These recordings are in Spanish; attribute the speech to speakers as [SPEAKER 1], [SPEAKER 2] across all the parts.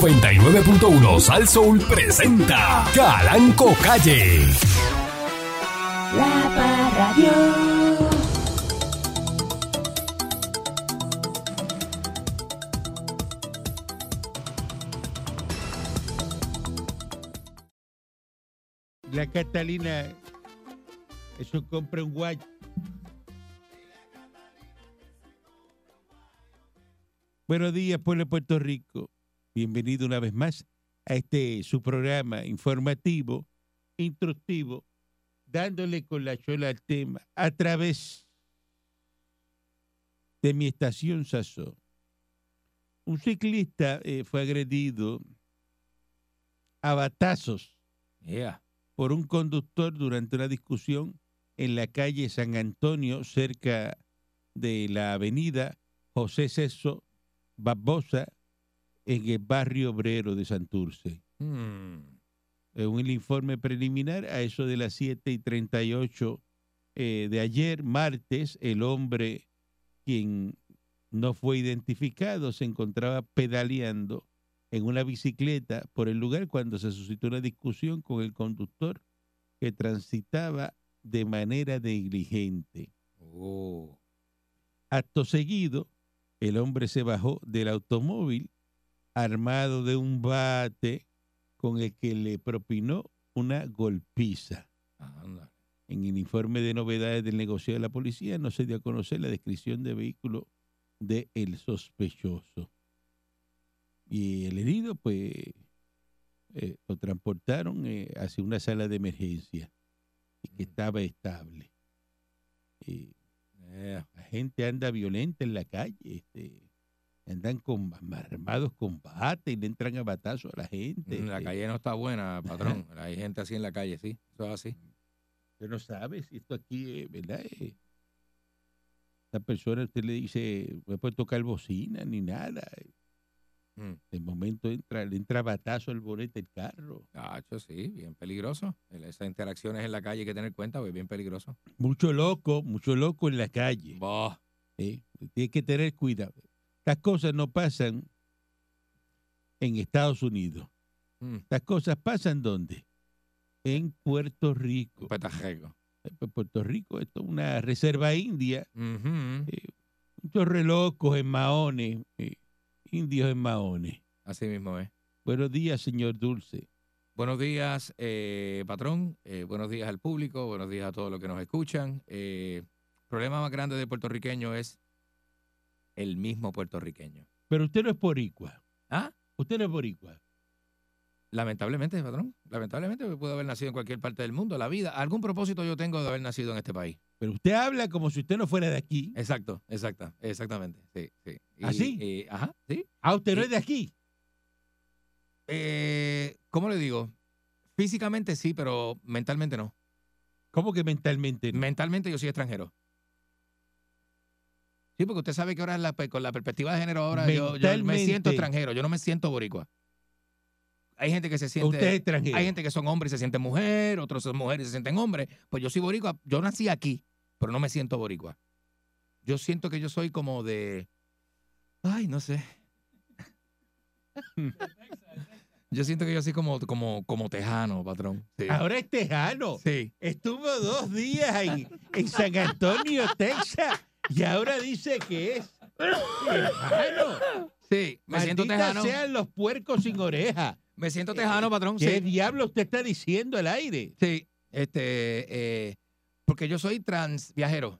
[SPEAKER 1] 99.1 Sal Soul presenta Calanco Calle.
[SPEAKER 2] La Parradio.
[SPEAKER 3] La Catalina, eso compra un guacho. Buenos días, pueblo de Puerto Rico. Bienvenido una vez más a este su programa informativo, instructivo, dándole con la chola al tema a través de mi estación Sazón. Un ciclista eh, fue agredido a batazos por un conductor durante una discusión en la calle San Antonio, cerca de la avenida José Ceso Barbosa, en el barrio obrero de Santurce. Según el informe preliminar, a eso de las 7 y 38 eh, de ayer, martes, el hombre quien no fue identificado se encontraba pedaleando en una bicicleta por el lugar cuando se suscitó una discusión con el conductor que transitaba de manera negligente. Acto seguido, el hombre se bajó del automóvil armado de un bate con el que le propinó una golpiza. En el informe de novedades del negocio de la policía no se dio a conocer la descripción de vehículo del sospechoso. Y el herido, pues, eh, lo transportaron eh, hacia una sala de emergencia y
[SPEAKER 4] Mm.
[SPEAKER 3] que estaba estable. Eh, la gente anda violenta en la calle, este, andan con armados combates y le entran a batazo a la gente.
[SPEAKER 4] Mm, La
[SPEAKER 3] este.
[SPEAKER 4] calle no está buena, patrón. Hay gente así en la calle, sí. Eso es así.
[SPEAKER 3] Usted no sabe si esto aquí es, ¿verdad? Eh, esta persona usted le dice, no puede tocar bocina ni nada.
[SPEAKER 4] Mm.
[SPEAKER 3] De momento entra, le entra batazo al bonete del carro.
[SPEAKER 4] Tacho, sí, bien peligroso. El- Esas interacciones en la calle hay que tener cuenta, pues bien peligroso.
[SPEAKER 3] Mucho loco, mucho loco en la calle.
[SPEAKER 4] Bah,
[SPEAKER 3] ¿eh? Tiene que tener cuidado. Estas cosas no pasan en Estados Unidos.
[SPEAKER 4] Mm.
[SPEAKER 3] Estas cosas pasan ¿dónde? En Puerto Rico.
[SPEAKER 4] un petajeco.
[SPEAKER 3] Eh, pues Puerto Rico, esto es una reserva india.
[SPEAKER 4] Ujú.
[SPEAKER 3] Muchos relocos en Mahones, eh, indios en Mahones.
[SPEAKER 4] Así mismo es.
[SPEAKER 3] Buenos días, señor Dulce.
[SPEAKER 4] Buenos días, eh, patrón. Eh, buenos días al público. Buenos días a todos los que nos escuchan. Eh, el problema más grande de puertorriqueño es el mismo puertorriqueño.
[SPEAKER 3] Pero usted no es boricua.
[SPEAKER 4] ¿Ah?
[SPEAKER 3] Usted no es boricua.
[SPEAKER 4] Lamentablemente, patrón. Lamentablemente, porque puedo haber nacido en cualquier parte del mundo. La vida, algún propósito yo tengo de haber nacido en este país.
[SPEAKER 3] Pero usted habla como si usted no fuera de aquí.
[SPEAKER 4] Exacto, exacta, exactamente. Sí, sí. Y,
[SPEAKER 3] ¿Ah, sí?
[SPEAKER 4] eh, ajá, sí.
[SPEAKER 3] Ah, usted no es de aquí.
[SPEAKER 4] Eh, ¿Cómo le digo? Físicamente sí, pero mentalmente no.
[SPEAKER 3] ¿Cómo que mentalmente? no?
[SPEAKER 4] Mentalmente yo soy extranjero. Sí, porque usted sabe que ahora la pe- con la perspectiva de género ahora yo, yo me
[SPEAKER 3] Mentalmente.
[SPEAKER 4] siento extranjero, yo no me siento boricua. Hay gente que se siente...
[SPEAKER 3] usted es extranjero.
[SPEAKER 4] Hay gente que son hombres y se sienten mujer, otros son mujeres y se sienten hombres. Pues yo soy boricua, yo nací aquí, pero no me siento boricua. Yo siento que yo soy como de. Ay, no sé. yo siento que yo soy como, como, como tejano, patrón. Sí.
[SPEAKER 3] Ahora es tejano.
[SPEAKER 4] Sí.
[SPEAKER 3] Estuvo dos días en, en San Antonio, Texas. Y ahora dice que es tejano.
[SPEAKER 4] Sí, me siento
[SPEAKER 3] Maldita
[SPEAKER 4] tejano.
[SPEAKER 3] sean los puercos sin oreja.
[SPEAKER 4] Me siento tejano, patrón.
[SPEAKER 3] ¿Qué
[SPEAKER 4] Sí.
[SPEAKER 3] diablo usted está diciendo al aire?
[SPEAKER 4] Sí, este, eh, porque yo soy trans viajero.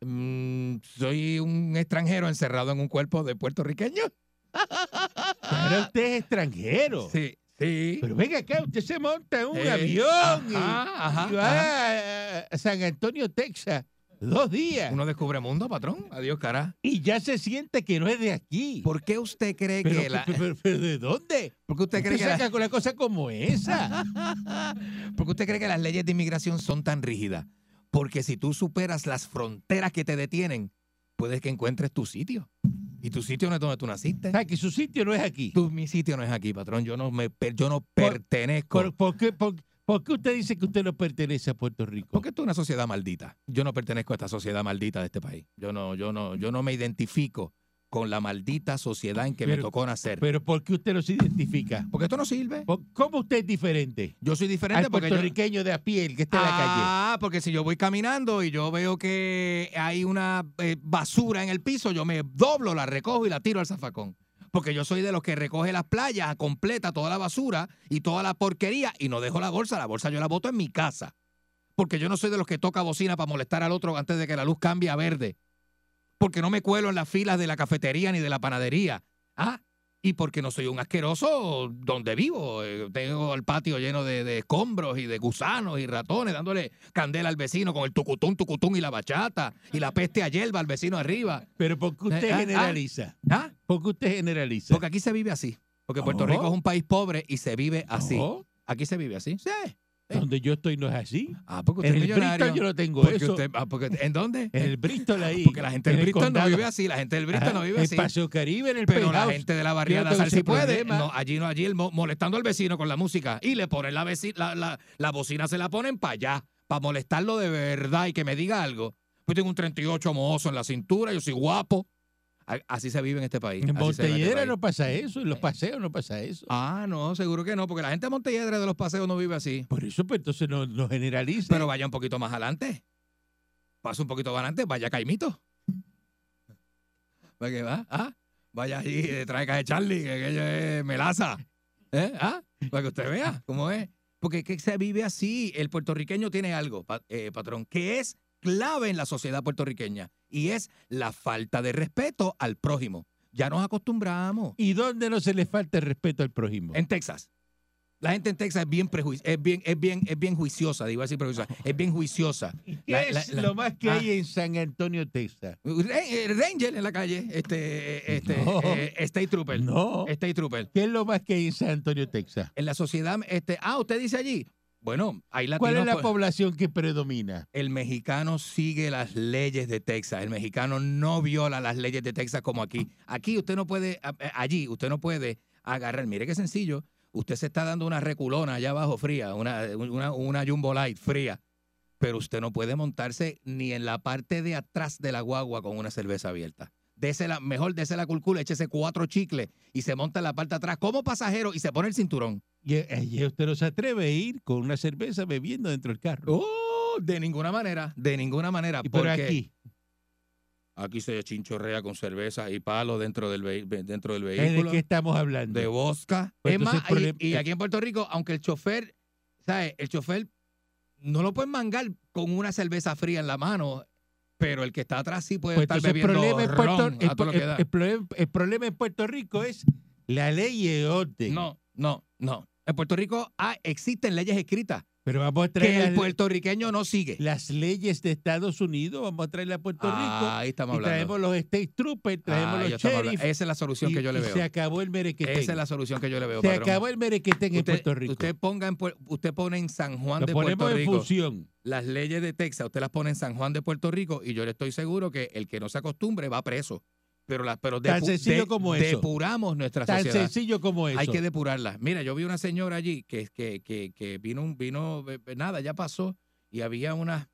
[SPEAKER 4] Mm, soy un extranjero encerrado en un cuerpo de puertorriqueño.
[SPEAKER 3] Ahora usted es extranjero.
[SPEAKER 4] Ah. Sí, sí.
[SPEAKER 3] Pero venga acá, usted se monta en un
[SPEAKER 4] Eh,
[SPEAKER 3] avión y-
[SPEAKER 4] ajá, ajá,
[SPEAKER 3] y, va
[SPEAKER 4] ajá.
[SPEAKER 3] a-
[SPEAKER 4] "Ah,
[SPEAKER 3] a San Antonio, Texas, dos días.
[SPEAKER 4] Uno descubre mundo, patrón. Adiós, cara.
[SPEAKER 3] Y ya se siente que no es de aquí.
[SPEAKER 4] ¿Por qué usted cree
[SPEAKER 3] pero,
[SPEAKER 4] que la,
[SPEAKER 3] pero- pero- pero ¿de dónde?
[SPEAKER 4] ¿por qué usted cree que
[SPEAKER 3] ¿Usted
[SPEAKER 4] la-
[SPEAKER 3] saca con la cosa como esa?
[SPEAKER 4] por qué usted cree que las leyes de inmigración son tan rígidas? Porque si tú superas las fronteras que te detienen, puedes que encuentres tu sitio. Y tu sitio no es donde tú naciste.
[SPEAKER 3] O sea, que su sitio no es aquí.
[SPEAKER 4] Tú- mi sitio no es aquí, patrón. Yo no me per- yo no pertenezco.
[SPEAKER 3] ¿Por, por qué, por- por qué usted dice que usted no pertenece a Puerto Rico?
[SPEAKER 4] Porque esto es una sociedad maldita. Yo no pertenezco a esta sociedad maldita de este país. Yo no, yo no, yo no me identifico con la maldita sociedad en que me
[SPEAKER 3] Pero-
[SPEAKER 4] tocó nacer.
[SPEAKER 3] Pero ¿por qué usted los identifica?
[SPEAKER 4] porque esto no sirve.
[SPEAKER 3] ¿Por- ¿Cómo usted es diferente
[SPEAKER 4] Yo soy diferente
[SPEAKER 3] al
[SPEAKER 4] porque yo,
[SPEAKER 3] puertorriqueño de a pie, el que está en la calle?
[SPEAKER 4] Ah, porque si yo voy caminando y yo veo que hay una eh, basura en el piso, yo me doblo, la recojo y la tiro al zafacón. Porque yo soy de los que recoge las playas, completa toda la basura y toda la porquería y no dejo la bolsa. La bolsa yo la boto en mi casa. Porque yo no soy de los que toca bocina para molestar al otro antes de que la luz cambie a verde. Porque no me cuelo en las filas de la cafetería ni de la panadería. Ah, y porque no soy un asqueroso donde vivo. eh, Tengo el patio lleno de, de escombros y de gusanos y ratones dándole candela al vecino con el tucutún, tucutún y la bachata y la peste a hierba al vecino arriba.
[SPEAKER 3] Pero ¿por qué usted
[SPEAKER 4] Eh, ah, ah.
[SPEAKER 3] generaliza?
[SPEAKER 4] ¿Ah?
[SPEAKER 3] ¿Por qué usted generaliza?
[SPEAKER 4] Porque aquí se vive así. Porque Puerto
[SPEAKER 3] No.
[SPEAKER 4] Rico es un país pobre y se vive así.
[SPEAKER 3] No,
[SPEAKER 4] Aquí se vive así. Sí.
[SPEAKER 3] donde yo estoy no es así.
[SPEAKER 4] Ah, porque usted
[SPEAKER 3] En
[SPEAKER 4] es
[SPEAKER 3] el Bristol
[SPEAKER 4] millonario.
[SPEAKER 3] yo no tengo
[SPEAKER 4] Porque
[SPEAKER 3] eso.
[SPEAKER 4] usted- ah, porque- ¿En dónde?
[SPEAKER 3] En el Bristol ahí.
[SPEAKER 4] porque la gente
[SPEAKER 3] en
[SPEAKER 4] del
[SPEAKER 3] el
[SPEAKER 4] Bristol no
[SPEAKER 3] condado.
[SPEAKER 4] vive así. La gente del Bristol
[SPEAKER 3] Ajá,
[SPEAKER 4] no vive así.
[SPEAKER 3] En Paseo Caribe, en el
[SPEAKER 4] Pero la
[SPEAKER 3] penthouse.
[SPEAKER 4] gente de la barriada
[SPEAKER 3] tengo
[SPEAKER 4] sal si
[SPEAKER 3] ese
[SPEAKER 4] puede.
[SPEAKER 3] problema.
[SPEAKER 4] No, allí no, allí el mo- molestando al vecino con la música. Y le ponen la, veci- la, la, la bocina, se la ponen para allá, para molestarlo de verdad y que me diga algo. Yo tengo un 38 mozo en la cintura, yo soy guapo. A- Así se vive en este país.
[SPEAKER 3] En
[SPEAKER 4] así se vive en este
[SPEAKER 3] Montellera
[SPEAKER 4] país.
[SPEAKER 3] no pasa eso, en los paseos no pasa eso.
[SPEAKER 4] Ah, no, seguro que no, porque la gente de Montelledra de los paseos no vive así.
[SPEAKER 3] Por eso, pues entonces no, no generaliza.
[SPEAKER 4] Pero vaya un poquito más adelante. Pasa un poquito más adelante, vaya Caimito. ¿Para qué va? ¿Ah? Vaya allí, eh, trae caja de Charlie, que aquello es melaza. ¿Eh? ¿Ah? Para que usted vea cómo es. Porque es que se vive así. El puertorriqueño tiene algo, pa- eh, patrón, que es clave en la sociedad puertorriqueña. Y es la falta de respeto al prójimo. Ya nos acostumbramos.
[SPEAKER 3] ¿Y dónde no se le falta el respeto al prójimo?
[SPEAKER 4] En Texas. La gente en Texas es bien prejuici- es bien, es bien, es bien juiciosa, digo así prejuiciosa, es bien juiciosa.
[SPEAKER 3] ¿Qué
[SPEAKER 4] la-
[SPEAKER 3] es
[SPEAKER 4] la- la-
[SPEAKER 3] lo más que
[SPEAKER 4] ah.
[SPEAKER 3] hay en San Antonio, Texas?
[SPEAKER 4] Re- eh, Ranger en la calle, este, este,
[SPEAKER 3] No.
[SPEAKER 4] eh, State Trooper,
[SPEAKER 3] No.
[SPEAKER 4] State Trooper.
[SPEAKER 3] ¿Qué es lo más que hay en San Antonio, Texas?
[SPEAKER 4] En la sociedad, este, ah, usted dice allí, bueno, hay latinos.
[SPEAKER 3] ¿Cuál es la
[SPEAKER 4] por-
[SPEAKER 3] población que predomina?
[SPEAKER 4] el mexicano sigue las leyes de Texas. El mexicano no viola las leyes de Texas como aquí. Aquí usted no puede, a- a- allí usted no puede agarrar. Mire qué sencillo. Usted se está dando una reculona allá abajo fría, una, una, una jumbo light fría. Pero usted no puede montarse ni en la parte de atrás de la guagua con una cerveza abierta. Dese la, mejor dese la culcula, échese cuatro chicles y se monta en la parte de atrás como pasajero y se pone el cinturón.
[SPEAKER 3] Y, y usted no se atreve a ir con una cerveza bebiendo dentro del carro.
[SPEAKER 4] ¡Oh! De ninguna manera, de ninguna manera.
[SPEAKER 3] Y pero
[SPEAKER 4] porque-
[SPEAKER 3] aquí,
[SPEAKER 4] Aquí se chinchorrea con cerveza y palo dentro del, vehi- ve- dentro del
[SPEAKER 3] ¿en el
[SPEAKER 4] vehículo.
[SPEAKER 3] que estamos
[SPEAKER 4] De
[SPEAKER 3] hablando?
[SPEAKER 4] bosca.
[SPEAKER 3] Pues
[SPEAKER 4] es más,
[SPEAKER 3] entonces el
[SPEAKER 4] y- y,
[SPEAKER 3] problema-
[SPEAKER 4] aquí en Puerto Rico, aunque el chofer, ¿sabes? El chofer no lo pueden mangar con una cerveza fría en la mano, pero el que está atrás sí puede
[SPEAKER 3] Pues
[SPEAKER 4] estar
[SPEAKER 3] entonces el
[SPEAKER 4] bebiendo
[SPEAKER 3] problema, en Puerto,
[SPEAKER 4] ron
[SPEAKER 3] el-
[SPEAKER 4] a todo lo que
[SPEAKER 3] el-
[SPEAKER 4] da.
[SPEAKER 3] el problema- el problema en Puerto Rico es la ley y el orden.
[SPEAKER 4] No, no, no. En Puerto Rico ah, existen leyes escritas
[SPEAKER 3] Pero vamos a
[SPEAKER 4] que
[SPEAKER 3] traer
[SPEAKER 4] el
[SPEAKER 3] las,
[SPEAKER 4] puertorriqueño no sigue.
[SPEAKER 3] las leyes de Estados Unidos, vamos a traerlas a Puerto
[SPEAKER 4] Ah, ahí
[SPEAKER 3] Rico.
[SPEAKER 4] estamos
[SPEAKER 3] Y
[SPEAKER 4] hablando.
[SPEAKER 3] traemos los state troopers, traemos
[SPEAKER 4] Ah, ya
[SPEAKER 3] los
[SPEAKER 4] estamos hablando.
[SPEAKER 3] sheriffs.
[SPEAKER 4] Esa es la solución
[SPEAKER 3] y-
[SPEAKER 4] que yo le
[SPEAKER 3] y
[SPEAKER 4] veo.
[SPEAKER 3] Se acabó el merequetén.
[SPEAKER 4] Esa es la solución que yo le veo,
[SPEAKER 3] se
[SPEAKER 4] patrón.
[SPEAKER 3] acabó el merequetén en
[SPEAKER 4] usted,
[SPEAKER 3] Puerto Rico.
[SPEAKER 4] usted ponga en, Puer- usted pone en San Juan
[SPEAKER 3] Lo
[SPEAKER 4] de
[SPEAKER 3] ponemos
[SPEAKER 4] Puerto
[SPEAKER 3] en
[SPEAKER 4] Rico
[SPEAKER 3] función.
[SPEAKER 4] las leyes de Texas, usted las pone en San Juan de Puerto Rico y yo le estoy seguro que el que no se acostumbre va preso. Pero las pero
[SPEAKER 3] Tan
[SPEAKER 4] depu-
[SPEAKER 3] sencillo como eso.
[SPEAKER 4] depuramos nuestra
[SPEAKER 3] Tan
[SPEAKER 4] sociedad.
[SPEAKER 3] sencillo como eso.
[SPEAKER 4] Hay que depurarla. Mira, yo vi una señora allí que, que, que, que vino un vino eh, eh, nada, ya pasó y había unas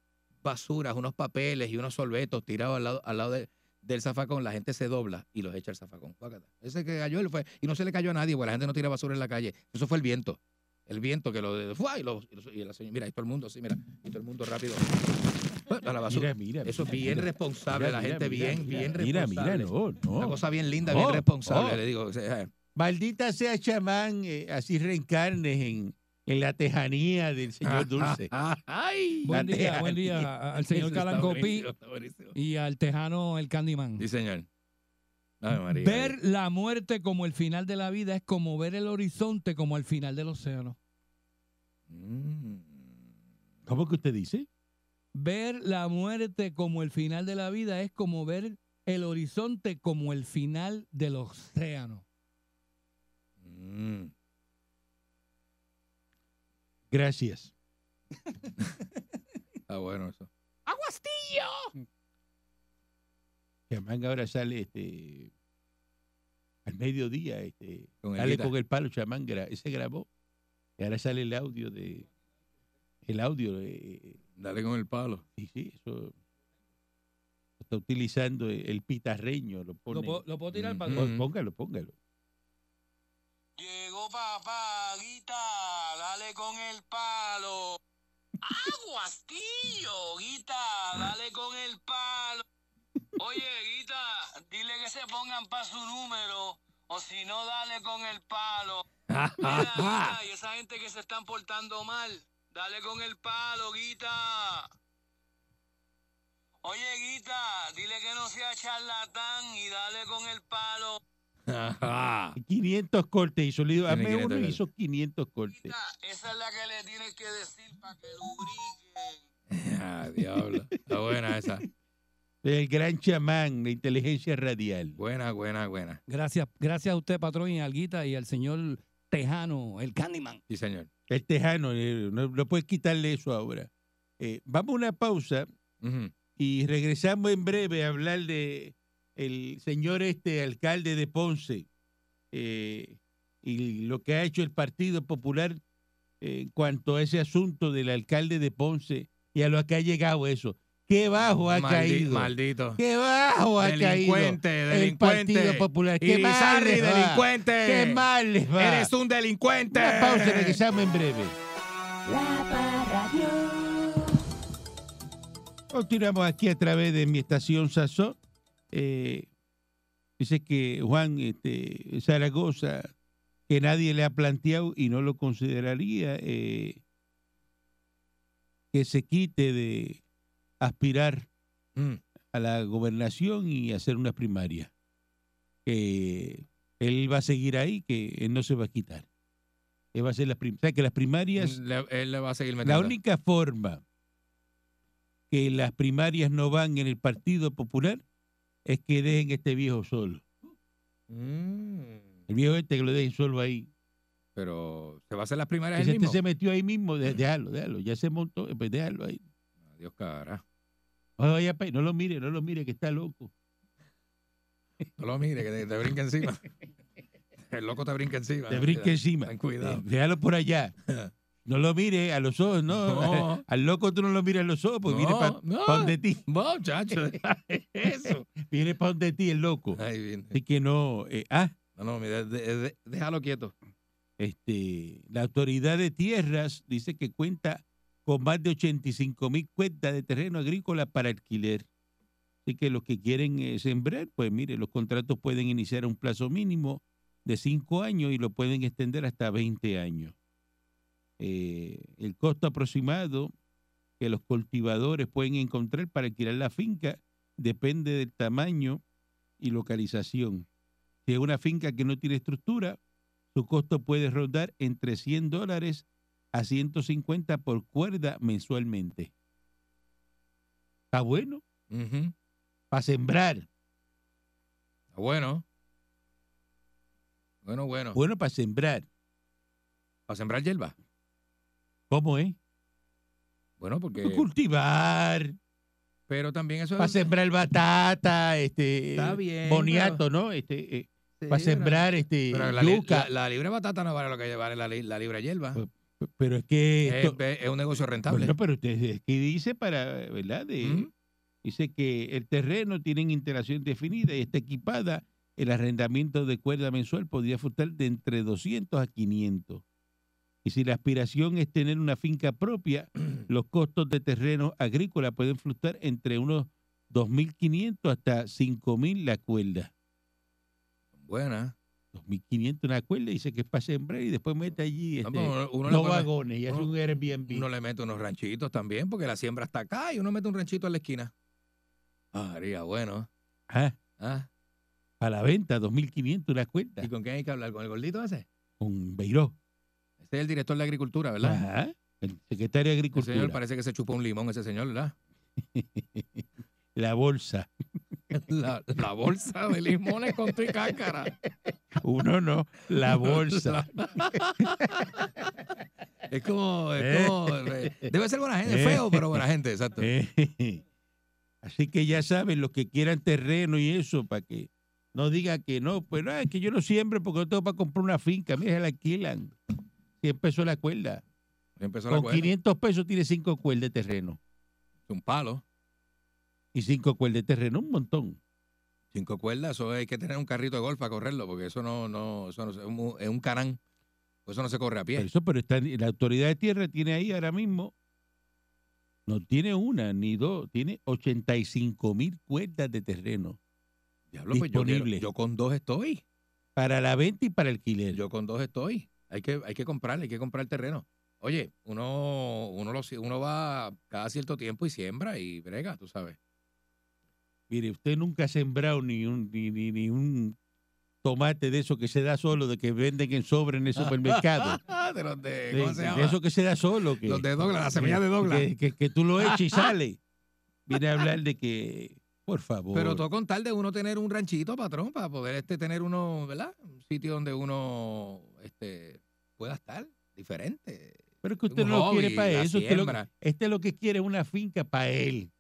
[SPEAKER 4] basuras, unos papeles y unos sorbetos tirados al lado al lado de- del zafacón, la gente se dobla y los echa al zafacón. Guácata. Ese que cayó él fue y no se le cayó a nadie, porque la gente no tira basura en la calle. Eso fue el viento. El viento que lo ¡fua! y, lo- y lo- y la señora, mira, y todo el mundo así, mira, y todo el mundo rápido. ¡fua! A la basura.
[SPEAKER 3] Mira, mira,
[SPEAKER 4] Eso es
[SPEAKER 3] mira,
[SPEAKER 4] bien
[SPEAKER 3] mira.
[SPEAKER 4] responsable,
[SPEAKER 3] Mira,
[SPEAKER 4] la
[SPEAKER 3] mira,
[SPEAKER 4] gente
[SPEAKER 3] mira,
[SPEAKER 4] bien,
[SPEAKER 3] mira,
[SPEAKER 4] bien
[SPEAKER 3] Mira,
[SPEAKER 4] responsable.
[SPEAKER 3] mira, no, no.
[SPEAKER 4] Una cosa bien linda,
[SPEAKER 3] Oh,
[SPEAKER 4] bien responsable,
[SPEAKER 3] oh.
[SPEAKER 4] le digo. o sea,
[SPEAKER 3] Maldita sea chamán, eh, así reencarnes en, en la tejanía del señor Dulce.
[SPEAKER 4] Ay.
[SPEAKER 5] Buen
[SPEAKER 3] La
[SPEAKER 5] día,
[SPEAKER 3] teja-
[SPEAKER 5] buen día a- al señor Calancopi y al tejano el Candyman.
[SPEAKER 4] Sí, señor. Ay,
[SPEAKER 3] Mm,
[SPEAKER 4] María.
[SPEAKER 5] Ver la muerte como el final de la vida es como ver el horizonte como el final del océano.
[SPEAKER 4] Mm.
[SPEAKER 3] ¿Cómo que usted dice?
[SPEAKER 5] Ver la muerte como el final de la vida es como ver el horizonte como el final del océano.
[SPEAKER 4] Mm.
[SPEAKER 3] Gracias.
[SPEAKER 4] Está Ah, bueno eso.
[SPEAKER 3] Chamán ahora sale este al mediodía, este,
[SPEAKER 4] Con
[SPEAKER 3] sale
[SPEAKER 4] Elita.
[SPEAKER 3] con el palo, chamán, gra- ese grabó. Y ahora sale el audio de el audio eh,
[SPEAKER 4] Dale con el palo.
[SPEAKER 3] Sí, sí, eso. está utilizando el, el pitarreño. Lo,
[SPEAKER 5] Lo,
[SPEAKER 3] pone,
[SPEAKER 5] puedo- lo puedo tirar para
[SPEAKER 4] Ujú.
[SPEAKER 3] Pon- Póngalo, póngalo.
[SPEAKER 6] Llegó papá, guita, dale con el palo. Aguas, tío, guita, dale con el palo. Oye, guita, dile que se pongan pa' su número, o si no, dale con el palo.
[SPEAKER 3] Ah,
[SPEAKER 6] Mira, guita, y esa gente que se están portando mal, dale con el palo, guita. Oye, guita, dile que no sea charlatán y dale con el palo.
[SPEAKER 3] 500 cortes hizo. Le digo,
[SPEAKER 4] Tiene
[SPEAKER 3] hazme
[SPEAKER 4] 500
[SPEAKER 3] uno y
[SPEAKER 4] cortes.
[SPEAKER 3] hizo 500 cortes.
[SPEAKER 6] Mira, esa es la que le tienes que decir para que lubriquen.
[SPEAKER 4] Ah, diablo. Está buena esa.
[SPEAKER 3] El gran chamán, la inteligencia radial.
[SPEAKER 4] Buena, buena, buena.
[SPEAKER 5] Gracias, gracias a usted, patrón y Alguita, y al señor Tejano, el Candyman.
[SPEAKER 4] Sí, señor.
[SPEAKER 3] El tejano, eh, no, no puedes quitarle eso ahora. Eh, vamos a una pausa
[SPEAKER 4] Ujú.
[SPEAKER 3] y regresamos en breve a hablar de el señor este alcalde de Ponce eh, y lo que ha hecho el Partido Popular eh, en cuanto a ese asunto del alcalde de Ponce y a lo que ha llegado eso. Qué bajo Ah, ha
[SPEAKER 4] Maldi-
[SPEAKER 3] caído.
[SPEAKER 4] Maldito.
[SPEAKER 3] Qué bajo ha
[SPEAKER 4] Delincuente,
[SPEAKER 3] caído.
[SPEAKER 4] delincuente.
[SPEAKER 3] El Partido Popular. Qué mal
[SPEAKER 4] Irizarry,
[SPEAKER 3] les va.
[SPEAKER 4] delincuente.
[SPEAKER 3] Qué mal les va.
[SPEAKER 4] Eres un delincuente.
[SPEAKER 3] Una pausa y regresamos en breve.
[SPEAKER 2] La Parradio,
[SPEAKER 3] Continuamos aquí a través de mi estación Sazón. Eh, dice que Juan este, Zaragoza, que nadie le ha planteado y no lo consideraría, eh, que se quite de aspirar
[SPEAKER 4] Mm.
[SPEAKER 3] a la gobernación y hacer una primaria. Que él va a seguir ahí, que él no se va a quitar. Él va a hacer las primarias. que las primarias
[SPEAKER 4] Le- él le va a seguir
[SPEAKER 3] la
[SPEAKER 4] metiendo.
[SPEAKER 3] única forma que las primarias no van en el Partido Popular es que dejen este viejo solo.
[SPEAKER 4] Mm.
[SPEAKER 3] El viejo este que lo dejen solo ahí.
[SPEAKER 4] Pero se va a hacer las primarias
[SPEAKER 3] Ese
[SPEAKER 4] él
[SPEAKER 3] este
[SPEAKER 4] mismo.
[SPEAKER 3] se metió ahí mismo, de- déjalo, déjalo. Ya se montó, eh, pues déjalo ahí.
[SPEAKER 4] Dios cara.
[SPEAKER 3] No, vaya pa' ahí, no lo mire, no lo mire, que está loco.
[SPEAKER 4] No lo mire, que te, te brinca encima. El loco te brinca encima.
[SPEAKER 3] Te brinque encima.
[SPEAKER 4] Ah, Ten cuidado.
[SPEAKER 3] Eh, Déjalo por allá. No lo mire a los ojos, no.
[SPEAKER 4] No.
[SPEAKER 3] Al loco tú no lo miras a los ojos, porque viene
[SPEAKER 4] No, Ah.
[SPEAKER 3] para
[SPEAKER 4] no.
[SPEAKER 3] donde ti.
[SPEAKER 4] Vos, chacho. Eso.
[SPEAKER 3] Viene para donde ti el loco.
[SPEAKER 4] Ahí viene.
[SPEAKER 3] Así que no. eh, ah,
[SPEAKER 4] No, no, mira, de- de- déjalo quieto.
[SPEAKER 3] Este, la autoridad de tierras dice que cuenta con más de 85 mil cuentas de terreno agrícola para alquiler. Así que los que quieren eh, sembrar, pues mire, los contratos pueden iniciar a un plazo mínimo de 5 años y lo pueden extender hasta 20 años. Eh, el costo aproximado que los cultivadores pueden encontrar para alquilar la finca depende del tamaño y localización. Si es una finca que no tiene estructura, su costo puede rondar entre 100 dólares a 150 por cuerda mensualmente. Está bueno
[SPEAKER 4] Ujú.
[SPEAKER 3] para sembrar,
[SPEAKER 4] Está Bueno. Bueno, bueno.
[SPEAKER 3] bueno para sembrar.
[SPEAKER 4] ¿Para sembrar hierba?
[SPEAKER 3] ¿Cómo es?
[SPEAKER 4] Bueno, porque...
[SPEAKER 3] Cultivar,
[SPEAKER 4] Pero también eso
[SPEAKER 3] para
[SPEAKER 4] es...
[SPEAKER 3] sembrar batata, este,
[SPEAKER 4] Está bien,
[SPEAKER 3] boniato, ¿no? Este, para sembrar, este,
[SPEAKER 4] Pero la, li-
[SPEAKER 3] yuca.
[SPEAKER 4] la- la libre batata no vale lo que llevar la, li- la libre hierba.
[SPEAKER 3] Pues, pero es que
[SPEAKER 4] Es,
[SPEAKER 3] esto,
[SPEAKER 4] es- es un negocio rentable.
[SPEAKER 3] Bueno, pero usted es que dice para, ¿verdad? De-
[SPEAKER 4] ¿Mm?
[SPEAKER 3] Dice que el terreno tiene interacción definida y está equipada. El arrendamiento de cuerda mensual podría fluctuar de entre 200 a 500. Y si la aspiración es tener una finca propia, los costos de terreno agrícola pueden fluctuar entre unos 2.500 hasta 5.000 la cuerda.
[SPEAKER 4] Buena.
[SPEAKER 3] 2.500 una cuerda, dice que es para sembrar y después mete allí
[SPEAKER 4] No,
[SPEAKER 3] este,
[SPEAKER 4] pero uno, uno le
[SPEAKER 3] los
[SPEAKER 4] puede-
[SPEAKER 3] vagones y hace
[SPEAKER 4] uno-
[SPEAKER 3] un Airbnb.
[SPEAKER 4] uno le mete unos ranchitos también, porque la siembra está acá y uno mete un ranchito en la esquina. Ah, haría bueno.
[SPEAKER 3] Ah,
[SPEAKER 4] Ah,
[SPEAKER 3] a la venta, 2.500 una cuerda
[SPEAKER 4] ¿Y con quién hay que hablar? ¿Con el gordito ese?
[SPEAKER 3] con Beiró.
[SPEAKER 4] Ese es el director de Agricultura, ¿verdad?
[SPEAKER 3] Ajá. El secretario de
[SPEAKER 4] El
[SPEAKER 3] Agricultura.
[SPEAKER 4] señor parece que se chupó un limón ese señor, ¿verdad?
[SPEAKER 3] La bolsa.
[SPEAKER 4] La, la bolsa de limones con tu y cáscara.
[SPEAKER 3] Uno no, la bolsa.
[SPEAKER 4] Es como, es como- debe ser buena gente,
[SPEAKER 3] Eh.
[SPEAKER 4] feo, pero buena gente, exacto.
[SPEAKER 3] Eh, Así que ya saben, los que quieran terreno y eso, para que no diga que no, pues no, es que yo no siembro porque no tengo para comprar una finca. Mira, se la alquilan. 100 pesos la cuerda.
[SPEAKER 4] Empezó la
[SPEAKER 3] Con
[SPEAKER 4] cuerda,
[SPEAKER 3] 500 pesos tiene 5 cuerdas de terreno.
[SPEAKER 4] un palo.
[SPEAKER 3] y cinco cuerdas de terreno, un montón.
[SPEAKER 4] Cinco cuerdas, eso hay que tener un carrito de golf para correrlo, porque eso no, no, eso no se- es un- es un carán. Eso no se corre a
[SPEAKER 3] Por
[SPEAKER 4] pie.
[SPEAKER 3] eso, pero está, la autoridad de tierra tiene ahí ahora mismo, no tiene una ni dos, tiene 85 mil cuerdas de terreno
[SPEAKER 4] Diablo, pues yo, quiero-
[SPEAKER 3] disponible.
[SPEAKER 4] yo con dos estoy.
[SPEAKER 3] para la venta y para alquiler.
[SPEAKER 4] Yo con dos estoy. Hay que, hay que comprar, hay que comprar terreno. Oye, uno, uno, lo, si- uno va cada cierto tiempo y siembra y brega, tú sabes.
[SPEAKER 3] Mire, usted nunca ha sembrado ni un, ni, ni- ni un tomate de eso que se da solo, de que venden en sobre en el supermercado.
[SPEAKER 4] de los de,
[SPEAKER 3] De,
[SPEAKER 4] ¿cómo se
[SPEAKER 3] de
[SPEAKER 4] llama?
[SPEAKER 3] eso que se da solo. Que,
[SPEAKER 4] Los de Douglas, la semilla de
[SPEAKER 3] que-
[SPEAKER 4] Douglas.
[SPEAKER 3] Que, que- que tú lo eches y sale. Viene a hablar de que, por favor.
[SPEAKER 4] Pero todo con tal de uno tener un ranchito, patrón, para poder este, tener uno, ¿verdad? Un sitio donde uno este, pueda estar diferente.
[SPEAKER 3] Pero es que usted
[SPEAKER 4] un
[SPEAKER 3] no lo quiere
[SPEAKER 4] hobby,
[SPEAKER 3] para
[SPEAKER 4] la
[SPEAKER 3] eso. Usted lo,
[SPEAKER 4] siembra.
[SPEAKER 3] este lo que quiere es una finca para él.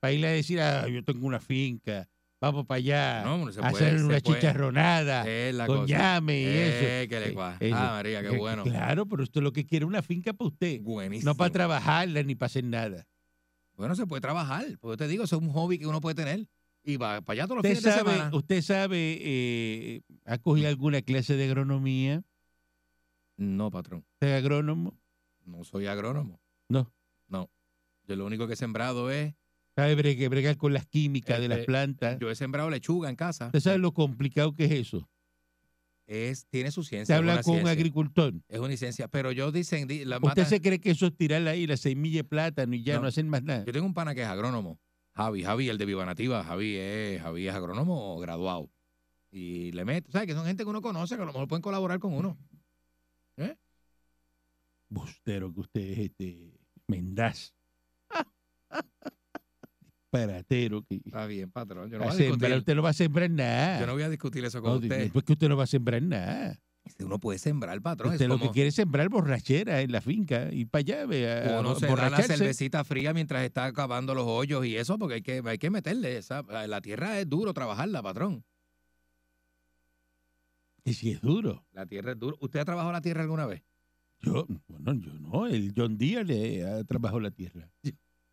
[SPEAKER 3] Para ir a decir, ah, yo tengo una finca, vamos para allá,
[SPEAKER 4] No, uno se
[SPEAKER 3] a
[SPEAKER 4] puede,
[SPEAKER 3] hacer
[SPEAKER 4] se
[SPEAKER 3] una
[SPEAKER 4] puede.
[SPEAKER 3] chicharronada,
[SPEAKER 4] Es la
[SPEAKER 3] con
[SPEAKER 4] cosa.
[SPEAKER 3] llame y eso.
[SPEAKER 4] Eh, que le
[SPEAKER 3] Eh,
[SPEAKER 4] cuaja.
[SPEAKER 3] eso.
[SPEAKER 4] Ah, María, qué
[SPEAKER 3] Que-
[SPEAKER 4] bueno.
[SPEAKER 3] Claro, pero usted lo que quiere es una finca para usted.
[SPEAKER 4] Buenísimo.
[SPEAKER 3] No para trabajarla ni para hacer nada.
[SPEAKER 4] Bueno, se puede trabajar. Porque te digo, eso es un hobby que uno puede tener. Y va para allá todos los
[SPEAKER 3] Usted
[SPEAKER 4] fines de semana.
[SPEAKER 3] sabe, usted sabe, eh, ¿ha cogido alguna clase de agronomía?
[SPEAKER 4] No, patrón.
[SPEAKER 3] ¿Usted es agrónomo?
[SPEAKER 4] No soy agrónomo.
[SPEAKER 3] No.
[SPEAKER 4] No. Yo lo único que he sembrado es.
[SPEAKER 3] ¿Sabe bregue- bregar con las químicas de las
[SPEAKER 4] Este,
[SPEAKER 3] plantas?
[SPEAKER 4] Yo he sembrado lechuga en casa.
[SPEAKER 3] Ah. ¿Usted sabe lo complicado que es eso?
[SPEAKER 4] Es, tiene su ciencia.
[SPEAKER 3] Se
[SPEAKER 4] es
[SPEAKER 3] habla
[SPEAKER 4] una
[SPEAKER 3] con un
[SPEAKER 4] ciencia.
[SPEAKER 3] agricultor.
[SPEAKER 4] Es una ciencia. Pero yo dicen. di- La
[SPEAKER 3] ¿Usted
[SPEAKER 4] mata-
[SPEAKER 3] se cree que eso es tirar ahí la semilla de plátano y ya no,
[SPEAKER 4] No.
[SPEAKER 3] hacen más nada?
[SPEAKER 4] Yo tengo un pana que es agrónomo. Javi, Javi, el de Viva Nativa. Javi es, Javi es agrónomo graduado. Y le mete. ¿Sabes? Que son gente que uno conoce, que a lo mejor pueden colaborar con uno.
[SPEAKER 3] Bustero que usted es este mendaz. Paratero que
[SPEAKER 4] Está bien, patrón. Ah, Yo no
[SPEAKER 3] a
[SPEAKER 4] voy a
[SPEAKER 3] sembrar,
[SPEAKER 4] discutir.
[SPEAKER 3] usted no va a sembrar nada.
[SPEAKER 4] Yo no voy a discutir eso con
[SPEAKER 3] No,
[SPEAKER 4] usted.
[SPEAKER 3] di- pues que usted no va a sembrar nada.
[SPEAKER 4] Este, Uno puede sembrar, patrón.
[SPEAKER 3] usted
[SPEAKER 4] es
[SPEAKER 3] lo que
[SPEAKER 4] como-
[SPEAKER 3] quiere es sembrar borrachera en la finca y para allá ve, a, a
[SPEAKER 4] Uno
[SPEAKER 3] bo-
[SPEAKER 4] se da la
[SPEAKER 3] borracharse.
[SPEAKER 4] cervecita fría mientras está acabando los hoyos y eso, porque hay que, hay que meterle. esa- la tierra es duro trabajarla, patrón.
[SPEAKER 3] Y si es duro.
[SPEAKER 4] La tierra es duro. ¿Usted ha trabajado la tierra alguna vez?
[SPEAKER 3] Yo, bueno, yo no. El John Deere le ha trabajado la tierra.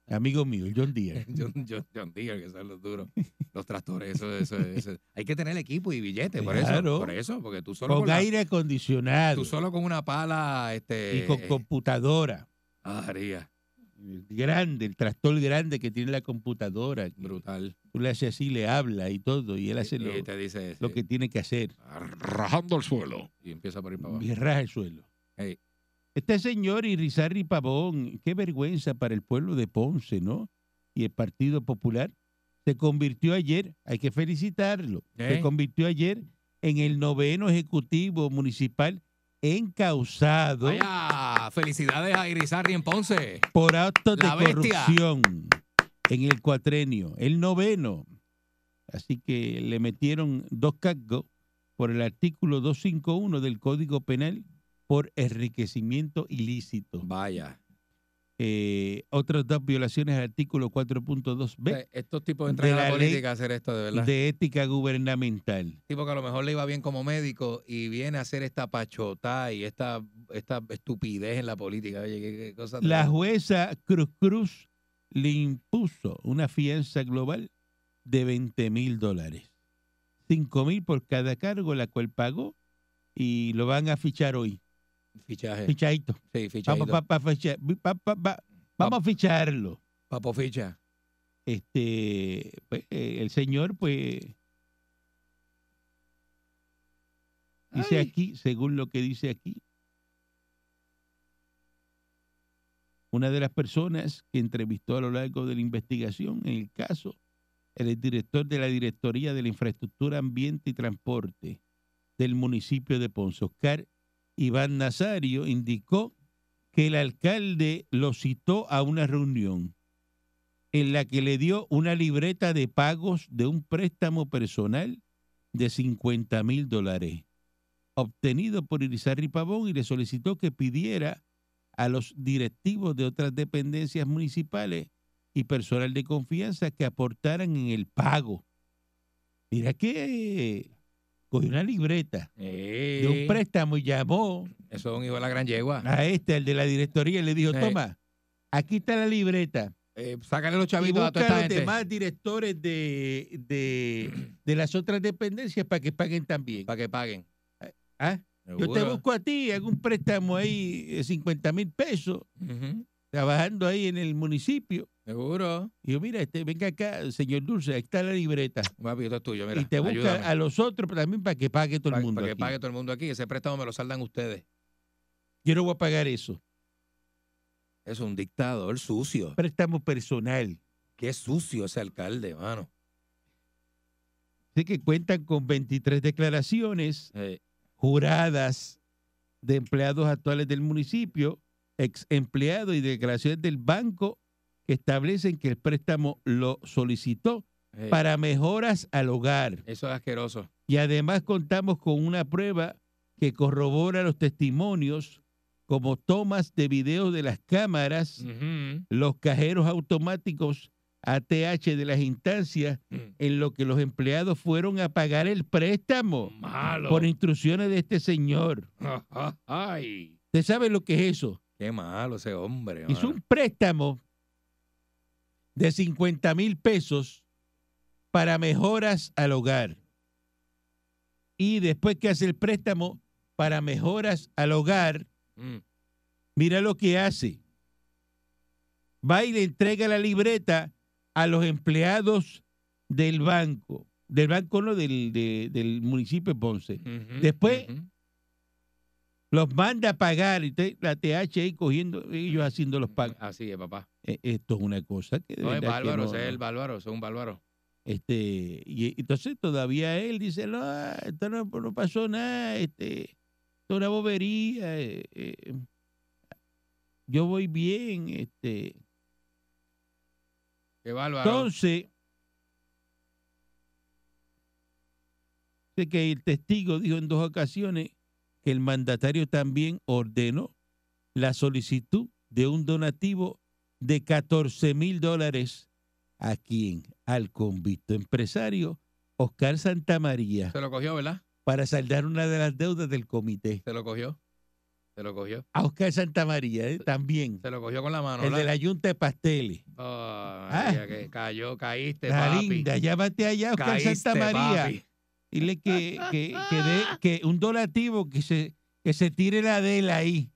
[SPEAKER 3] Amigo mío, el John Deere.
[SPEAKER 4] John, John, John Deere, que son los duros. Los tractores, eso, eso, eso. Hay que tener equipo y billete, por
[SPEAKER 3] Claro.
[SPEAKER 4] eso. Por eso, porque tú solo
[SPEAKER 3] Con
[SPEAKER 4] la-
[SPEAKER 3] aire acondicionado
[SPEAKER 4] tú solo con una pala, este.
[SPEAKER 3] y con computadora.
[SPEAKER 4] ah, haría.
[SPEAKER 3] el grande, el tractor grande que tiene la computadora. que
[SPEAKER 4] Brutal.
[SPEAKER 3] Tú le haces así, le habla y todo, y él hace
[SPEAKER 4] Y-
[SPEAKER 3] lo,
[SPEAKER 4] y te dice
[SPEAKER 3] lo
[SPEAKER 4] sí,
[SPEAKER 3] que tiene que hacer.
[SPEAKER 4] Rajando el suelo. Y empieza por ir para abajo.
[SPEAKER 3] Y raja el suelo.
[SPEAKER 4] Ey.
[SPEAKER 3] Este señor Irizarri Pavón, qué vergüenza para el pueblo de Ponce, ¿no? Y el Partido Popular se convirtió ayer, hay que felicitarlo, se
[SPEAKER 4] Ey.
[SPEAKER 3] convirtió ayer en el noveno ejecutivo municipal encausado
[SPEAKER 4] Vaya, felicidades a Irizarri en Ponce.
[SPEAKER 3] por actos de
[SPEAKER 4] La bestia.
[SPEAKER 3] corrupción en el cuatrenio, el noveno. Así que le metieron dos cargos por el artículo 251 del Código Penal por enriquecimiento ilícito.
[SPEAKER 4] Vaya.
[SPEAKER 3] Eh, otras dos violaciones al artículo 4.2b
[SPEAKER 4] Eh, Estos tipos entran
[SPEAKER 3] de
[SPEAKER 4] a la,
[SPEAKER 3] la ley
[SPEAKER 4] política a hacer esto, de verdad.
[SPEAKER 3] de ética gubernamental.
[SPEAKER 4] tipo que a lo mejor le iba bien como médico y viene a hacer esta pachotá y esta, esta estupidez en la política. Oye, qué, qué cosa.
[SPEAKER 3] La
[SPEAKER 4] tremenda.
[SPEAKER 3] jueza Cruz Cruz le impuso una fianza global de 20 mil dólares. 5 mil por cada cargo, la cual pagó y lo van a fichar hoy.
[SPEAKER 4] Fichaje.
[SPEAKER 3] Fichadito.
[SPEAKER 4] sí, fichadito.
[SPEAKER 3] Vamos, pa- pa- ficha- pa- pa- pa- vamos a ficharlo.
[SPEAKER 4] Papo ficha.
[SPEAKER 3] Este, pues, eh, el señor, pues, dice
[SPEAKER 4] Ay.
[SPEAKER 3] aquí, según lo que dice aquí, una de las personas que entrevistó a lo largo de la investigación en el caso, el director de la Directoría de la Infraestructura, Ambiente y Transporte del municipio de Ponce, Oscar Iván Nazario, indicó que el alcalde lo citó a una reunión en la que le dio una libreta de pagos de un préstamo personal de 50 mil dólares, obtenido por Irizarri Pavón, y le solicitó que pidiera a los directivos de otras dependencias municipales y personal de confianza que aportaran en el pago. Mira que cogió una libreta de un préstamo y llamó
[SPEAKER 4] Eso es un hijo de la gran yegua.
[SPEAKER 3] a este, el de la directoría, y le dijo,
[SPEAKER 4] Sí.
[SPEAKER 3] toma, aquí está la libreta,
[SPEAKER 4] Eh, sácale los
[SPEAKER 3] y
[SPEAKER 4] chavitos a
[SPEAKER 3] busca a
[SPEAKER 4] toda esta
[SPEAKER 3] los
[SPEAKER 4] gente.
[SPEAKER 3] demás directores de, de, de las otras dependencias para que paguen también.
[SPEAKER 4] Para que paguen.
[SPEAKER 3] ¿Ah? Yo te
[SPEAKER 4] Seguro.
[SPEAKER 3] busco a ti, hago un préstamo ahí de 50 mil pesos,
[SPEAKER 4] Ujú,
[SPEAKER 3] trabajando ahí en el municipio.
[SPEAKER 4] Seguro.
[SPEAKER 3] Y yo, mira, este, venga acá, señor Dulce, ahí está la libreta.
[SPEAKER 4] Papi, esto es tuyo, mira.
[SPEAKER 3] y te busca
[SPEAKER 4] ayúdame.
[SPEAKER 3] a los otros también para que pague todo
[SPEAKER 4] Pa-
[SPEAKER 3] el mundo.
[SPEAKER 4] Para que
[SPEAKER 3] aquí.
[SPEAKER 4] pague todo el mundo aquí. Ese préstamo me lo saldan ustedes.
[SPEAKER 3] Yo no voy a pagar eso.
[SPEAKER 4] Es un dictador sucio.
[SPEAKER 3] Préstamo personal.
[SPEAKER 4] Qué sucio ese alcalde, mano.
[SPEAKER 3] Sé que cuentan con 23 declaraciones
[SPEAKER 4] Eh,
[SPEAKER 3] juradas de empleados actuales del municipio, ex empleados y declaraciones del banco que establecen que el préstamo lo solicitó
[SPEAKER 4] eh,
[SPEAKER 3] para mejoras al hogar.
[SPEAKER 4] Eso es asqueroso.
[SPEAKER 3] Y además contamos con una prueba que corrobora los testimonios como tomas de video de las cámaras,
[SPEAKER 4] Mm. Ujú.
[SPEAKER 3] los cajeros automáticos ATH de las instancias
[SPEAKER 4] Mm.
[SPEAKER 3] en lo que los empleados fueron a pagar el
[SPEAKER 4] Mm,
[SPEAKER 3] préstamo
[SPEAKER 4] Malo.
[SPEAKER 3] por instrucciones de este señor.
[SPEAKER 4] Ay.
[SPEAKER 3] ¿Usted sabe lo que es eso?
[SPEAKER 4] Qué malo ese hombre.
[SPEAKER 3] Hizo
[SPEAKER 4] mano.
[SPEAKER 3] un préstamo de 50 mil pesos para mejoras al hogar. Y después que hace el préstamo para mejoras al hogar,
[SPEAKER 4] Mm.
[SPEAKER 3] mira lo que hace. Va y le entrega la libreta a los empleados del banco. Del banco, no, del, de- del municipio de Ponce.
[SPEAKER 4] Ujú,
[SPEAKER 3] Después-
[SPEAKER 4] Mm. ujú.
[SPEAKER 3] Los manda a pagar. Y te- la TH ahí cogiendo, ellos haciendo los pagos.
[SPEAKER 4] Así es, papá.
[SPEAKER 3] Eh, Esto es una cosa que de
[SPEAKER 4] No,
[SPEAKER 3] verdad
[SPEAKER 4] es
[SPEAKER 3] que
[SPEAKER 4] bárbaro,
[SPEAKER 3] no-
[SPEAKER 4] ese es el bárbaro, ese es un bárbaro.
[SPEAKER 3] este y entonces todavía él dice no esto no, no pasó nada este esto es una bobería eh, eh, yo voy bien este
[SPEAKER 4] Qué bárbaro.
[SPEAKER 3] entonces sé que el testigo dijo en dos ocasiones que el mandatario también ordenó la solicitud de un donativo de 14 mil dólares a quien al convicto empresario Oscar Santamaría
[SPEAKER 4] se lo cogió, ¿verdad?
[SPEAKER 3] para saldar una de las deudas del comité.
[SPEAKER 4] Se lo cogió. Se lo cogió.
[SPEAKER 3] A Oscar Santamaría ¿eh? también,
[SPEAKER 4] Se lo cogió con la mano.
[SPEAKER 3] el de
[SPEAKER 4] ¿verdad?
[SPEAKER 3] la Junta de Pasteles.
[SPEAKER 4] Oh,
[SPEAKER 3] Ah.
[SPEAKER 4] María, que cayó, caíste,
[SPEAKER 3] La
[SPEAKER 4] papi.
[SPEAKER 3] linda, llámate allá, Oscar
[SPEAKER 4] Caíste,
[SPEAKER 3] Santamaría.
[SPEAKER 4] papi.
[SPEAKER 3] Dile que, que, que dé que un donativo que se, que se tire la de él ahí.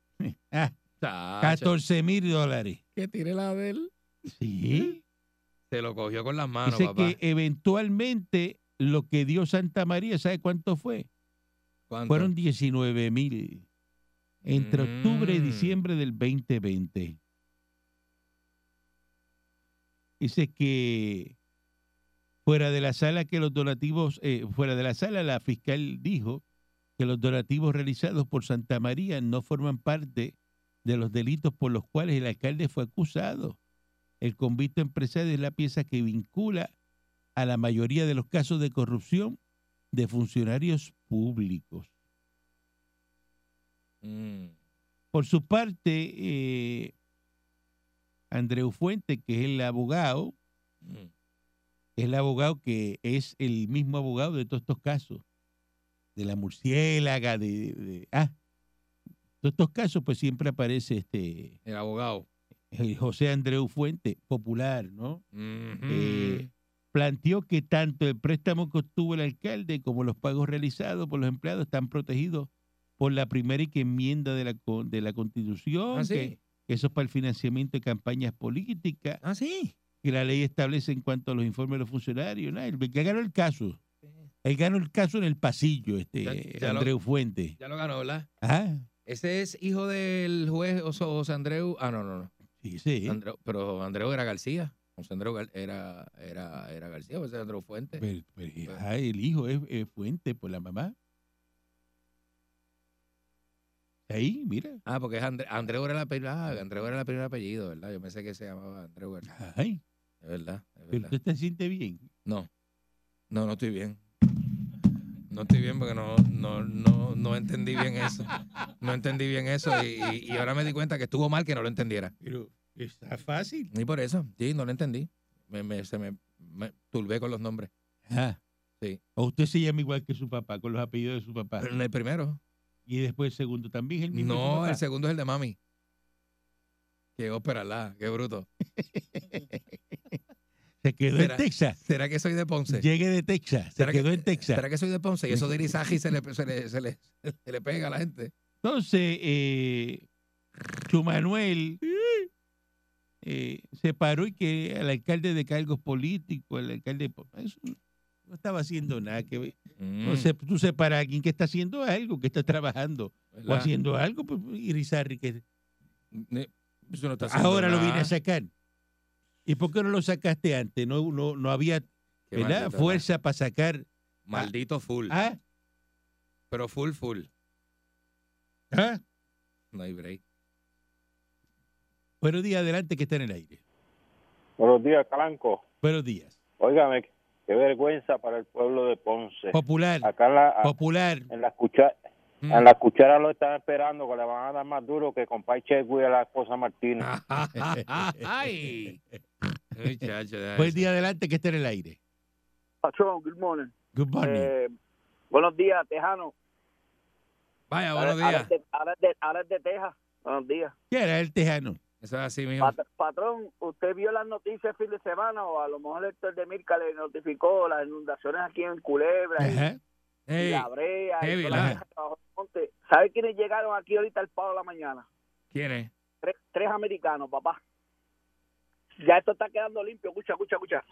[SPEAKER 3] Ah,
[SPEAKER 4] Chacho,
[SPEAKER 3] 14 mil dólares.
[SPEAKER 4] Que tire la de él.
[SPEAKER 3] Sí.
[SPEAKER 4] Se lo cogió con las manos,
[SPEAKER 3] Dice
[SPEAKER 4] papá.
[SPEAKER 3] que eventualmente lo que dio Santa María, ¿sabe cuánto fue?
[SPEAKER 4] ¿Cuánto?
[SPEAKER 3] Fueron 19 mil entre octubre y
[SPEAKER 4] Mm.
[SPEAKER 3] diciembre del 2020. Dice que fuera de la sala que los donativos, eh, fuera de la sala, la fiscal dijo que los donativos realizados por Santa María no forman parte de los delitos por los cuales el alcalde fue acusado. El convicto empresario es la pieza que vincula a la mayoría de los casos de corrupción de funcionarios públicos.
[SPEAKER 4] Mm.
[SPEAKER 3] Por su parte, eh, Andreu Fuente, que es el abogado,
[SPEAKER 4] Mm.
[SPEAKER 3] es el abogado que es el mismo abogado de todos estos casos, de la murciélaga, de, de- de- ah, todos estos casos, pues siempre aparece este
[SPEAKER 4] El abogado.
[SPEAKER 3] el José Andreu Fuente, popular, ¿no?
[SPEAKER 4] Ujú.
[SPEAKER 3] Eh, planteó que tanto el préstamo que obtuvo el alcalde como los pagos realizados por los empleados están protegidos por la primera y que enmienda de la, con- de la Constitución,
[SPEAKER 4] ¿Ah,
[SPEAKER 3] que-
[SPEAKER 4] sí?
[SPEAKER 3] que eso es para el financiamiento de campañas políticas,
[SPEAKER 4] ¿Ah, sí?
[SPEAKER 3] que la ley establece en cuanto a los informes de los funcionarios. nada, el que ganó el caso. Él ganó el caso en el pasillo, este
[SPEAKER 4] Ya-
[SPEAKER 3] eh,
[SPEAKER 4] ya lo-
[SPEAKER 3] Andreu Fuente.
[SPEAKER 4] Ya lo ganó, ¿verdad?
[SPEAKER 3] Ah,
[SPEAKER 4] Ese es hijo del juez Oso- José Andreu. Ah, no, no, no.
[SPEAKER 3] sí, sí.
[SPEAKER 4] Andreu- pero Andreu era García. José Andreu Gar- era, era, era García, José Andreu Fuentes.
[SPEAKER 3] Pero- pero, ah, el hijo es, es Fuente por la mamá. Ahí, mira.
[SPEAKER 4] Ah, porque es Andre- Andreu era la primera, Andreu era la primera apellido, ¿verdad? Yo pensé que se llamaba Andreu, Gar-
[SPEAKER 3] Ay,
[SPEAKER 4] es verdad, es
[SPEAKER 3] pero
[SPEAKER 4] verdad.
[SPEAKER 3] usted te siente bien.
[SPEAKER 4] No, no, no estoy bien. No estoy bien porque no, no, no, no entendí bien eso. No entendí bien eso y, y- y ahora me di cuenta que estuvo mal que no lo entendiera.
[SPEAKER 3] Pero está fácil.
[SPEAKER 4] Y por eso, sí, no lo entendí. Me, me- se me, me turbé con los nombres.
[SPEAKER 3] Ah,
[SPEAKER 4] Sí.
[SPEAKER 3] O usted se llama igual que su papá, con los apellidos de su papá.
[SPEAKER 4] Pero en el primero.
[SPEAKER 3] y después el segundo también es el mismo. de su
[SPEAKER 4] No,
[SPEAKER 3] papá.
[SPEAKER 4] el segundo es el de mami. Llegó Peralá, qué bruto.
[SPEAKER 3] Se quedó
[SPEAKER 4] Será-
[SPEAKER 3] en Texas.
[SPEAKER 4] ¿Será que soy de Ponce?
[SPEAKER 3] Llegue de Texas. Se
[SPEAKER 4] ¿Será que-
[SPEAKER 3] quedó en Texas.
[SPEAKER 4] ¿Será que soy de Ponce? Y eso de Irizaji se le, se, le, se, le, se le pega a la gente.
[SPEAKER 3] Entonces, eh, Chumanuel eh, se paró y que al alcalde de cargos políticos, al alcalde. po- eso no estaba haciendo nada. Que, ver.
[SPEAKER 4] Mm,
[SPEAKER 3] No sé, tú separas a alguien que está haciendo algo, que está trabajando
[SPEAKER 4] ¿verdad?
[SPEAKER 3] o haciendo algo, pues Irizarry, que
[SPEAKER 4] Eh, eso no está haciendo
[SPEAKER 3] ahora lo vine
[SPEAKER 4] nada.
[SPEAKER 3] a sacar. ¿Y por qué no lo sacaste antes? No, no, no había
[SPEAKER 4] Qué
[SPEAKER 3] ¿verdad?
[SPEAKER 4] maldito,
[SPEAKER 3] fuerza para sacar.
[SPEAKER 4] Maldito full.
[SPEAKER 3] Ah,
[SPEAKER 4] Pero full, full.
[SPEAKER 3] ah.
[SPEAKER 4] No hay break.
[SPEAKER 3] Buenos días, adelante, que está en el aire.
[SPEAKER 7] Buenos días, Calanco.
[SPEAKER 3] Buenos días.
[SPEAKER 7] Óigame, qué vergüenza para el pueblo de Ponce.
[SPEAKER 3] Popular,
[SPEAKER 7] Acá en la, a-
[SPEAKER 3] popular.
[SPEAKER 7] en la cuchara,
[SPEAKER 4] Mm.
[SPEAKER 7] en la cuchara lo están esperando, que le van a dar más duro que con Pai Chegui a la esposa Martínez.
[SPEAKER 4] ¡Ay! Muchacho, deja
[SPEAKER 3] Buen
[SPEAKER 4] eso.
[SPEAKER 3] día, adelante, que está en el aire.
[SPEAKER 8] Pachón, good morning.
[SPEAKER 3] Good morning.
[SPEAKER 8] Eh, buenos días, Tejano.
[SPEAKER 4] Vaya, buenos
[SPEAKER 8] Ahora- ahora
[SPEAKER 4] días.
[SPEAKER 8] es de- Ahora es de, ahora es de Texas. Buenos días.
[SPEAKER 3] ¿Qué era el tejano?
[SPEAKER 4] Eso es así, mijo.
[SPEAKER 8] Pat- patrón, ¿usted vio las noticias el fin de semana o a lo mejor Héctor de Mirka le notificó las inundaciones aquí en Culebra y-
[SPEAKER 3] Ajá.
[SPEAKER 8] y
[SPEAKER 4] Ey,
[SPEAKER 8] la brea?
[SPEAKER 4] heavy,
[SPEAKER 8] y todas las
[SPEAKER 4] la-
[SPEAKER 8] cosas abajo del monte? ¿Sabe quiénes llegaron aquí ahorita al pavo de la mañana?
[SPEAKER 4] ¿Quién es?
[SPEAKER 8] Tres, tres americanos, papá. Ya esto está quedando limpio. Escucha, escucha, escucha.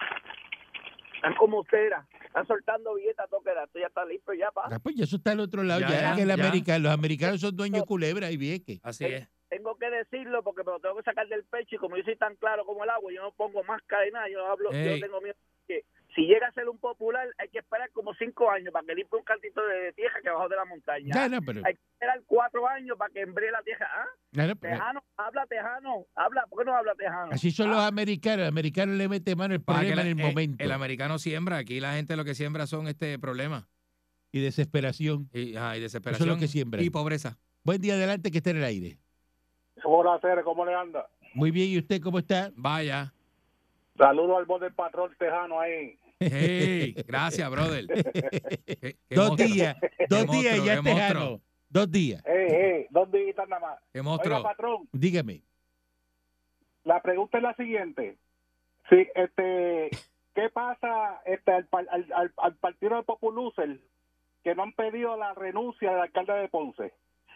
[SPEAKER 8] Están como cera. Están soltando billetes a toque de edad. Esto ya está limpio ya, papá.
[SPEAKER 3] Ah, pues ya eso está al otro lado. Ya,
[SPEAKER 4] Ya, ya,
[SPEAKER 3] que el
[SPEAKER 4] ya.
[SPEAKER 3] americano- los americanos son dueños de culebra y vieques.
[SPEAKER 4] Así es.
[SPEAKER 8] tengo que decirlo porque me lo tengo que sacar del pecho y como yo soy tan claro como el agua, yo no pongo máscara ni nada, yo no hablo, yo
[SPEAKER 4] Ey.
[SPEAKER 8] no tengo miedo. Que si llega a ser un popular, hay que esperar como cinco años para que limpie un cantito de tierra que bajó de la montaña.
[SPEAKER 3] Ya, no, pero,
[SPEAKER 8] Hay que esperar cuatro años para que embriague la tierra. Ah,
[SPEAKER 3] ya, no, pero-
[SPEAKER 8] Tejano, habla Tejano, habla, ¿por qué no habla Tejano?
[SPEAKER 3] así son los americanos. El americano le mete mano el
[SPEAKER 4] Para que
[SPEAKER 3] problema en
[SPEAKER 4] la-
[SPEAKER 3] el
[SPEAKER 4] eh,
[SPEAKER 3] momento
[SPEAKER 4] el americano siembra. Aquí la gente lo que siembra son este problema.
[SPEAKER 3] y desesperación.
[SPEAKER 4] Y, ajá, y desesperación.
[SPEAKER 3] Eso es lo que siembra.
[SPEAKER 4] Y pobreza.
[SPEAKER 3] Buen día, adelante, que está en el aire.
[SPEAKER 7] Hola, Cere, ¿cómo le anda?
[SPEAKER 3] Muy bien, ¿y usted cómo está?
[SPEAKER 4] Vaya.
[SPEAKER 7] Saludos al voz del patrón tejano ahí.
[SPEAKER 4] Ey, gracias, brother. Qué- qué
[SPEAKER 3] dos
[SPEAKER 4] monstruo,
[SPEAKER 3] días, dos
[SPEAKER 4] monstruo,
[SPEAKER 3] días ya
[SPEAKER 4] qué
[SPEAKER 3] este
[SPEAKER 4] monstruo.
[SPEAKER 3] jano. Dos días.
[SPEAKER 7] Hey, hey, dos dígitos nada más.
[SPEAKER 4] Qué monstruo.
[SPEAKER 7] Oiga, patrón,
[SPEAKER 3] Dígame.
[SPEAKER 7] la pregunta es la siguiente. Sí, este, ¿Qué pasa este, al, par- al, al- al partido de Populuser que no han pedido la renuncia del alcalde de Ponce?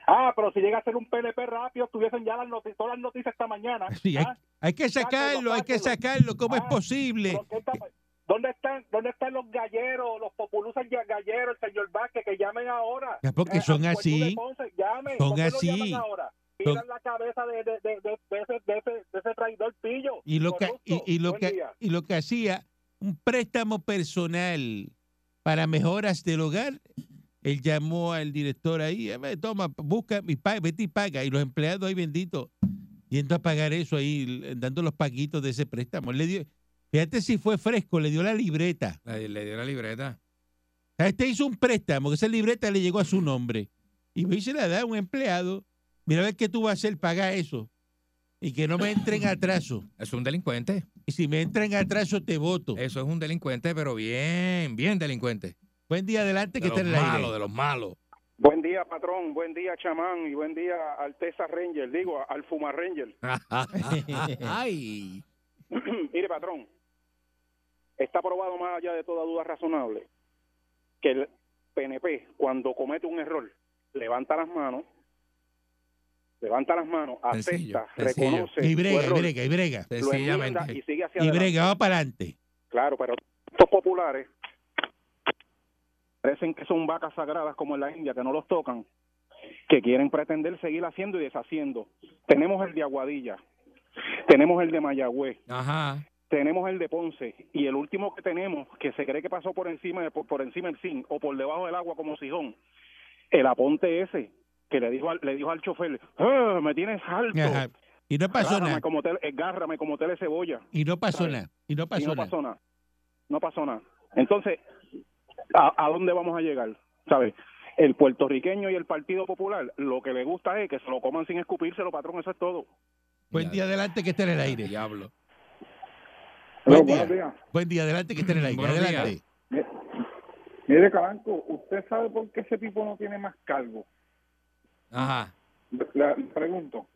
[SPEAKER 7] Ah, pero si llega a ser un PNP rápido, tuviesen ya las noticias, todas las noticias esta mañana.
[SPEAKER 3] Sí, hay,
[SPEAKER 7] Ah,
[SPEAKER 3] hay que sacarlo, hay que sacarlo. ¿Cómo es
[SPEAKER 7] Ah,
[SPEAKER 3] posible?
[SPEAKER 7] ¿Pero qué está pa- ¿Dónde están, ¿Dónde están los galleros, los populusas ya- galleros, el señor Vázquez, que llamen ahora?
[SPEAKER 3] Ya, porque
[SPEAKER 7] Eh,
[SPEAKER 3] son
[SPEAKER 7] al puerto de
[SPEAKER 3] así.
[SPEAKER 7] Ponce, llamen.
[SPEAKER 3] Son
[SPEAKER 7] ¿Por qué no
[SPEAKER 3] así.
[SPEAKER 7] llaman ahora? Tiran la cabeza de, de- de- de- de ese, de ese- de ese traidor pillo.
[SPEAKER 3] Y lo, que, y,
[SPEAKER 7] corrupto.
[SPEAKER 3] y lo
[SPEAKER 7] Buen
[SPEAKER 3] que,
[SPEAKER 7] día.
[SPEAKER 3] y lo que hacía, un préstamo personal para mejoras del hogar. Él llamó al director ahí, "A ver, toma, busca, y paga, vete y paga. Y los empleados ahí, bendito, yendo a pagar eso ahí, l- dando los paguitos de ese préstamo. Él Le dio, fíjate si fue fresco, le dio la libreta.
[SPEAKER 4] Le, le dio la libreta.
[SPEAKER 3] A Este hizo un préstamo, que esa libreta le llegó a su nombre. Y me se la da a un empleado. Mira, a ver qué tú vas a hacer, paga eso. Y que no me entren atraso.
[SPEAKER 4] Es un delincuente.
[SPEAKER 3] Y si me entran atraso, te voto.
[SPEAKER 4] Eso es un delincuente, pero bien, bien delincuente.
[SPEAKER 3] Buen día, adelante,
[SPEAKER 4] De
[SPEAKER 3] que
[SPEAKER 4] los
[SPEAKER 3] está en el
[SPEAKER 4] malos,
[SPEAKER 3] aire.
[SPEAKER 4] de los malos.
[SPEAKER 7] Buen día, patrón. Buen día, chamán. Y buen día al Tesa Ranger, digo, al Fuma Ranger.
[SPEAKER 4] Ay.
[SPEAKER 7] Mire, patrón. Está probado más allá de toda duda razonable que el PNP, cuando comete un error, levanta las manos, levanta las manos,
[SPEAKER 4] Sencillo,
[SPEAKER 7] acepta,
[SPEAKER 4] sencillo.
[SPEAKER 7] reconoce
[SPEAKER 3] Y brega,
[SPEAKER 7] su
[SPEAKER 3] y
[SPEAKER 7] error,
[SPEAKER 3] brega, y brega.
[SPEAKER 7] lo enmienda
[SPEAKER 4] Sencillamente.
[SPEAKER 7] y sigue hacia
[SPEAKER 3] Y
[SPEAKER 7] adelante.
[SPEAKER 3] brega, vamos para adelante.
[SPEAKER 7] Claro, pero estos populares parecen que son vacas sagradas como en la India, que no los tocan, que quieren pretender seguir haciendo y deshaciendo. Tenemos el de Aguadilla, tenemos el de Mayagüez,
[SPEAKER 4] Ajá.
[SPEAKER 7] tenemos el de Ponce y el último que tenemos, que se cree que pasó por encima de- por, por encima del zinc o por debajo del agua como Sijón, el aponte ese que le dijo al, le dijo al chofer, "Ah, me tienes alto,
[SPEAKER 3] Ajá. Y no pasó
[SPEAKER 7] agárrame
[SPEAKER 3] nada.
[SPEAKER 7] como tel- agárrame como tele cebolla
[SPEAKER 3] Y no pasó
[SPEAKER 7] ¿sabes?
[SPEAKER 3] nada. Y no
[SPEAKER 7] y
[SPEAKER 3] pasó
[SPEAKER 7] no
[SPEAKER 3] nada.
[SPEAKER 7] pasó nada. No pasó nada. Entonces, ¿a, a dónde vamos a llegar? ¿Sabes? El puertorriqueño y el Partido Popular, lo que le gusta es que se lo coman sin escupírselo, patrón, eso es todo.
[SPEAKER 3] Buen día, adelante, que está en el aire.
[SPEAKER 4] Diablo.
[SPEAKER 3] Buen
[SPEAKER 9] Buenos
[SPEAKER 3] día.
[SPEAKER 9] días.
[SPEAKER 3] Buen día, adelante, que está en el aire.
[SPEAKER 4] Buenos días.
[SPEAKER 3] Adelante.
[SPEAKER 9] Mire, Calanco, ¿usted sabe por qué ese tipo no tiene más cargo?
[SPEAKER 4] Ajá.
[SPEAKER 9] Le, le pregunto.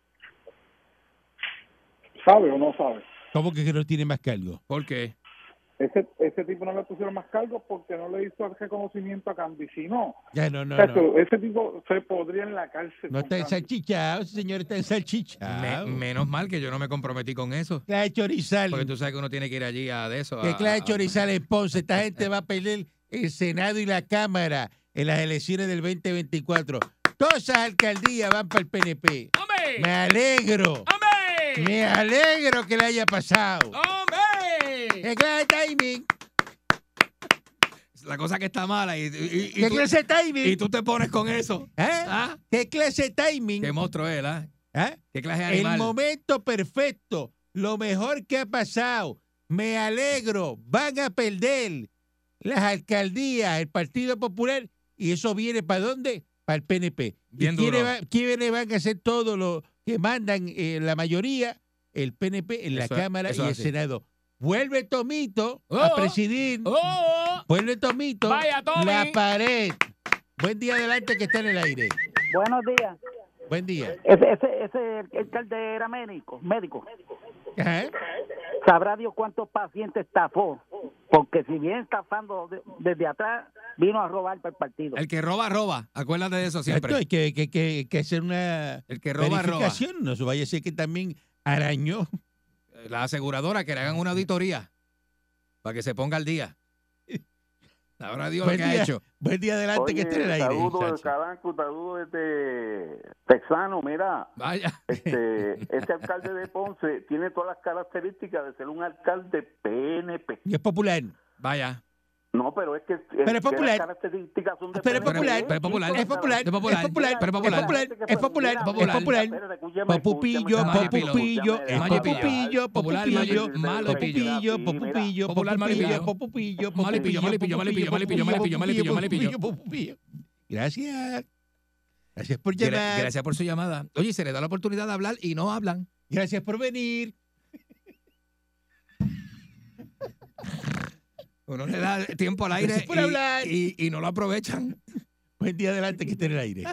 [SPEAKER 9] ¿Sabe o no sabe?
[SPEAKER 3] ¿Cómo que no tiene más cargo?
[SPEAKER 4] ¿Por qué?
[SPEAKER 9] Ese, ese tipo no le pusieron más cargos porque no le hizo el reconocimiento a Candy. Si no,
[SPEAKER 3] Ya, no, no,
[SPEAKER 9] chacho,
[SPEAKER 3] no.
[SPEAKER 9] ese tipo se podría en la cárcel.
[SPEAKER 3] No
[SPEAKER 9] con
[SPEAKER 3] está en
[SPEAKER 9] Candy.
[SPEAKER 3] salchicha, ese señor está en salchicha.
[SPEAKER 4] Me- menos mal que yo no me comprometí con eso.
[SPEAKER 3] Clase de chorizal.
[SPEAKER 4] Porque tú sabes que uno tiene que ir allí a de eso.
[SPEAKER 3] ¿Qué
[SPEAKER 4] a-
[SPEAKER 3] clase de
[SPEAKER 4] a-
[SPEAKER 3] chorizal en Ponce? Esta gente va a pelear el Senado y la Cámara en las elecciones del 2024. Todas esas alcaldías van para el PNP.
[SPEAKER 6] ¡Hombre!
[SPEAKER 3] Me alegro.
[SPEAKER 6] ¡Hombre!
[SPEAKER 3] Me alegro que le haya pasado.
[SPEAKER 6] ¡Hombre!
[SPEAKER 3] ¿Qué clase de timing?
[SPEAKER 4] La cosa que está mala y, y- y- y
[SPEAKER 3] ¿Qué
[SPEAKER 4] tú,
[SPEAKER 3] clase de timing?
[SPEAKER 4] y tú te pones con eso.
[SPEAKER 3] ¿Eh?
[SPEAKER 4] ¿Ah?
[SPEAKER 3] ¿Qué clase de timing?
[SPEAKER 4] Qué monstruo es, ¿ah?
[SPEAKER 3] ¿Ah?
[SPEAKER 4] ¿Qué clase de
[SPEAKER 3] El
[SPEAKER 4] animal?
[SPEAKER 3] momento perfecto, lo mejor que ha pasado. Me alegro, van a perder las alcaldías, el Partido Popular, y eso viene para dónde? Para el PNP. ¿Y
[SPEAKER 4] Bien
[SPEAKER 3] quiénes,
[SPEAKER 4] duro.
[SPEAKER 3] va- quiénes van a hacer todo lo que mandan eh, la mayoría? El PNP en la
[SPEAKER 4] Eso es-
[SPEAKER 3] Cámara y
[SPEAKER 4] eso
[SPEAKER 3] el
[SPEAKER 4] es así.
[SPEAKER 3] Senado. Vuelve Tomito
[SPEAKER 6] Oh,
[SPEAKER 3] a presidir.
[SPEAKER 6] ¡Oh!
[SPEAKER 3] Vuelve Tomito.
[SPEAKER 6] Vaya, Tommy.
[SPEAKER 3] La pared. Buen día adelante que está en el aire.
[SPEAKER 8] Buenos días.
[SPEAKER 3] Buen día.
[SPEAKER 8] Ese, ese, ese alcalde era médico, médico.
[SPEAKER 3] Ajá.
[SPEAKER 8] Sabrá Dios cuántos pacientes estafó. Porque si bien estafando de- desde atrás, vino a robar para el partido.
[SPEAKER 4] El que roba, roba. Acuérdate de eso
[SPEAKER 3] Esto
[SPEAKER 4] siempre.
[SPEAKER 3] hay que- que- que- que hacer una
[SPEAKER 4] El que roba, roba.
[SPEAKER 3] verificación, no se vaya a ser que también arañó.
[SPEAKER 4] La aseguradora que le hagan una auditoría para que se ponga al día. Ahora Dios lo
[SPEAKER 3] Buen
[SPEAKER 4] que ha
[SPEAKER 3] día,
[SPEAKER 4] hecho.
[SPEAKER 3] buen día adelante que esté en el aire.
[SPEAKER 10] saludo,
[SPEAKER 3] muchacho.
[SPEAKER 10] Caranco, saludo desde Texano. Mira,
[SPEAKER 4] Vaya.
[SPEAKER 10] este, este alcalde de Ponce tiene todas las características de ser un alcalde PNP.
[SPEAKER 3] Y es popular.
[SPEAKER 4] Vaya.
[SPEAKER 10] No, pero es que,
[SPEAKER 3] es
[SPEAKER 10] que
[SPEAKER 3] popular.
[SPEAKER 10] las características son de
[SPEAKER 3] Pero es popular.
[SPEAKER 10] PNP.
[SPEAKER 4] Pero es popular.
[SPEAKER 3] Es popular. Es
[SPEAKER 4] Es
[SPEAKER 3] popular.
[SPEAKER 4] popular,
[SPEAKER 3] Es popular.
[SPEAKER 4] pero
[SPEAKER 3] Es
[SPEAKER 4] es popular.
[SPEAKER 3] popular. Es popular. Es
[SPEAKER 4] Popular.
[SPEAKER 3] popular.
[SPEAKER 10] Espérate, escúchame,
[SPEAKER 3] Popupillo,
[SPEAKER 10] escúchame.
[SPEAKER 4] Mayipilo.
[SPEAKER 3] popupillo,
[SPEAKER 10] Escúchame,
[SPEAKER 3] es
[SPEAKER 10] escúchame.
[SPEAKER 3] popupillo,
[SPEAKER 4] Popular,
[SPEAKER 3] popupillo,
[SPEAKER 4] malo,
[SPEAKER 3] popupillo,
[SPEAKER 10] sí,
[SPEAKER 3] popupillo,
[SPEAKER 4] Popular, malo y
[SPEAKER 3] popupillo,
[SPEAKER 4] pillo.
[SPEAKER 3] popupillo,
[SPEAKER 4] Malo y pillo, malo y pillo, malo y pillo, malo y pillo, malo y pillo, malo y pillo, malo y pillo.
[SPEAKER 3] popupillo. Gracias. Gracias por
[SPEAKER 4] Gra-
[SPEAKER 3] llamar.
[SPEAKER 4] Gracias por su llamada. Oye, se le da la oportunidad de hablar y no hablan.
[SPEAKER 3] Gracias por venir.
[SPEAKER 4] Uno le da tiempo al aire
[SPEAKER 3] Gracias por hablar.
[SPEAKER 4] y, y- y no lo aprovechan.
[SPEAKER 3] Buen día adelante que esté en el aire.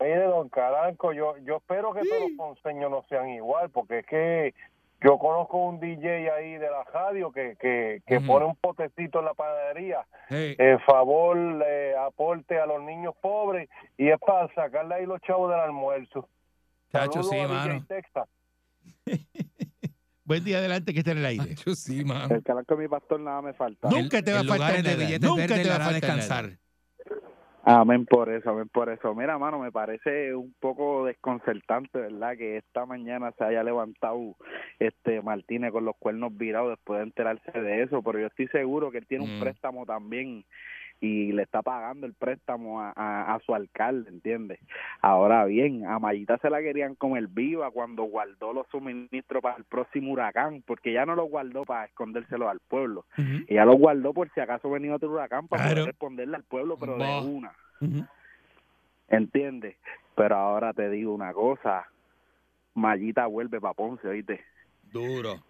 [SPEAKER 10] Mire, don Caranco, yo, yo espero que todos los ponceños no sean igual, porque es que yo conozco un DJ ahí de la radio que, que, que
[SPEAKER 4] Ujú.
[SPEAKER 10] pone un potecito en la panadería
[SPEAKER 4] Hey.
[SPEAKER 10] en favor, eh, aporte a los niños pobres, y es para sacarle ahí los chavos del almuerzo.
[SPEAKER 4] Chacho,
[SPEAKER 10] Saludos
[SPEAKER 4] sí,
[SPEAKER 10] a DJ
[SPEAKER 4] mano.
[SPEAKER 10] Texas.
[SPEAKER 3] Buen día adelante que esté en el aire.
[SPEAKER 4] Chacho, sí, mano.
[SPEAKER 9] El caranco de mi pastor nada me falta.
[SPEAKER 3] Nunca te va a
[SPEAKER 4] En lugares
[SPEAKER 3] faltar
[SPEAKER 4] de
[SPEAKER 3] nada.
[SPEAKER 4] billetes
[SPEAKER 3] Nunca
[SPEAKER 4] verdes
[SPEAKER 3] te
[SPEAKER 4] le
[SPEAKER 3] va a
[SPEAKER 4] hará
[SPEAKER 3] faltar
[SPEAKER 4] descansar.
[SPEAKER 3] nada.
[SPEAKER 9] Amén por eso, amén por eso. Mira, mano, me parece un poco desconcertante, ¿verdad? Que esta mañana se haya levantado este Martínez con los cuernos virados después de enterarse de eso, pero yo estoy seguro que él tiene un
[SPEAKER 4] Mm.
[SPEAKER 9] préstamo también y le está pagando el préstamo a, a- a su alcalde, ¿entiendes? Ahora bien, a Mayita se la querían comer viva cuando guardó los suministros para el próximo huracán, porque ya no los guardó para escondérselo al pueblo,
[SPEAKER 4] Ah,
[SPEAKER 3] Ujú,
[SPEAKER 9] ella los guardó por si acaso venía otro huracán para
[SPEAKER 3] Claro.
[SPEAKER 9] poder responderle al pueblo, pero
[SPEAKER 4] Bah.
[SPEAKER 9] de una.
[SPEAKER 3] ujú.
[SPEAKER 9] ¿Entiendes? Pero ahora te digo una cosa. Mallita vuelve para Ponce, ¿oíste?
[SPEAKER 4] Duro.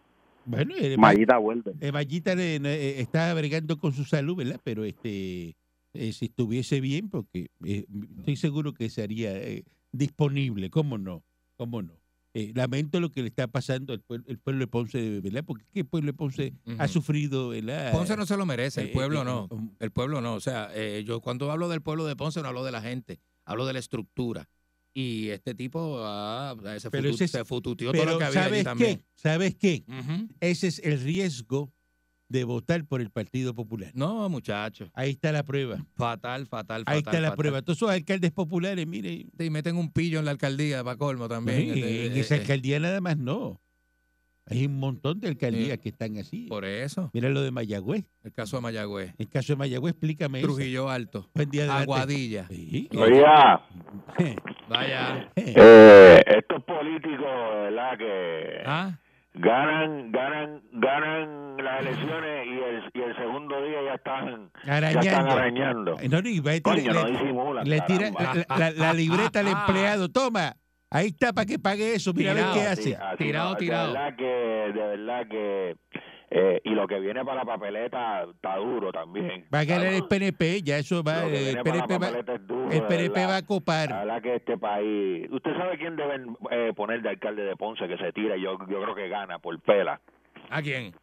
[SPEAKER 3] Bueno, eh, Ma-
[SPEAKER 9] Mallita vuelve.
[SPEAKER 3] eh, Mayita eh, no, eh, está bregando con su salud, ¿verdad? Pero este, eh, si estuviese bien, porque eh, estoy seguro que sería eh, disponible, ¿cómo no? ¿Cómo no? Eh, lamento lo que le está pasando al pueblo, el pueblo de Ponce, ¿verdad? Porque ¿qué pueblo de Ponce ha
[SPEAKER 4] Ujú.
[SPEAKER 3] sufrido, ¿verdad?
[SPEAKER 4] Ponce no se lo merece, el
[SPEAKER 3] Eh,
[SPEAKER 4] pueblo
[SPEAKER 3] eh,
[SPEAKER 4] no.
[SPEAKER 3] um,
[SPEAKER 4] El pueblo no. O sea, eh, yo cuando hablo del pueblo de Ponce no hablo de la gente, hablo de la estructura. Y este tipo ah, se,
[SPEAKER 3] Pero
[SPEAKER 4] futu-
[SPEAKER 3] ese es-
[SPEAKER 4] se fututió todo
[SPEAKER 3] Pero
[SPEAKER 4] lo que había allí
[SPEAKER 3] ¿sabes qué?
[SPEAKER 4] también.
[SPEAKER 3] ¿Sabes qué?
[SPEAKER 4] Ujú.
[SPEAKER 3] Ese es el riesgo de votar por el Partido Popular.
[SPEAKER 4] No, muchachos.
[SPEAKER 3] Ahí está la prueba.
[SPEAKER 4] Fatal, fatal, fatal.
[SPEAKER 3] Ahí está la
[SPEAKER 4] fatal.
[SPEAKER 3] prueba. Todos esos alcaldes populares, mire,
[SPEAKER 4] Y meten un pillo en la alcaldía, para colmo también.
[SPEAKER 3] Sí,
[SPEAKER 4] Este,
[SPEAKER 3] en
[SPEAKER 4] eh,
[SPEAKER 3] esa
[SPEAKER 4] eh,
[SPEAKER 3] alcaldía nada más no. Hay un montón de alcaldías
[SPEAKER 4] Sí.
[SPEAKER 3] que están así.
[SPEAKER 4] Eh, Por eso,
[SPEAKER 3] Mira lo de Mayagüez.
[SPEAKER 4] el caso de Mayagüez.
[SPEAKER 3] El caso de Mayagüez, explícame eso.
[SPEAKER 4] Trujillo Alto.
[SPEAKER 3] Buen día adelante.
[SPEAKER 4] Aguadilla.
[SPEAKER 3] Sí.
[SPEAKER 10] Oiga,
[SPEAKER 4] Vaya.
[SPEAKER 10] eh, estos políticos, ¿verdad? Que
[SPEAKER 4] ¿Ah?
[SPEAKER 10] ganan, ganan, ganan las elecciones y el, y el segundo día ya están, ya están
[SPEAKER 3] Arañando. Eh,
[SPEAKER 10] arañando.
[SPEAKER 3] No, no, y va a tirar-
[SPEAKER 10] Coño, no
[SPEAKER 3] le,
[SPEAKER 10] disimulan.
[SPEAKER 3] le tira
[SPEAKER 10] caramba.
[SPEAKER 3] la, la- la libreta al empleado. Toma, ahí está para que pague eso. Mira a ver
[SPEAKER 4] Tirado,
[SPEAKER 3] qué
[SPEAKER 10] Sí,
[SPEAKER 3] hace.
[SPEAKER 10] así
[SPEAKER 4] Tirado,
[SPEAKER 10] no,
[SPEAKER 4] tirado.
[SPEAKER 10] De verdad que, de verdad que
[SPEAKER 11] Eh, y lo que viene para la papeleta está duro también.
[SPEAKER 3] Va a eh, ganar el PNP, ya eso va.
[SPEAKER 11] Lo que viene
[SPEAKER 3] El
[SPEAKER 11] para la
[SPEAKER 3] PNP va,
[SPEAKER 11] papeleta es duro,
[SPEAKER 3] el
[SPEAKER 11] de
[SPEAKER 3] PNP
[SPEAKER 11] verdad.
[SPEAKER 3] va a copar.
[SPEAKER 11] La verdad que este país... ¿Usted sabe quién deben eh, poner de alcalde de Ponce que se tira? Yo, yo creo que gana por pela.
[SPEAKER 4] ¿A quién?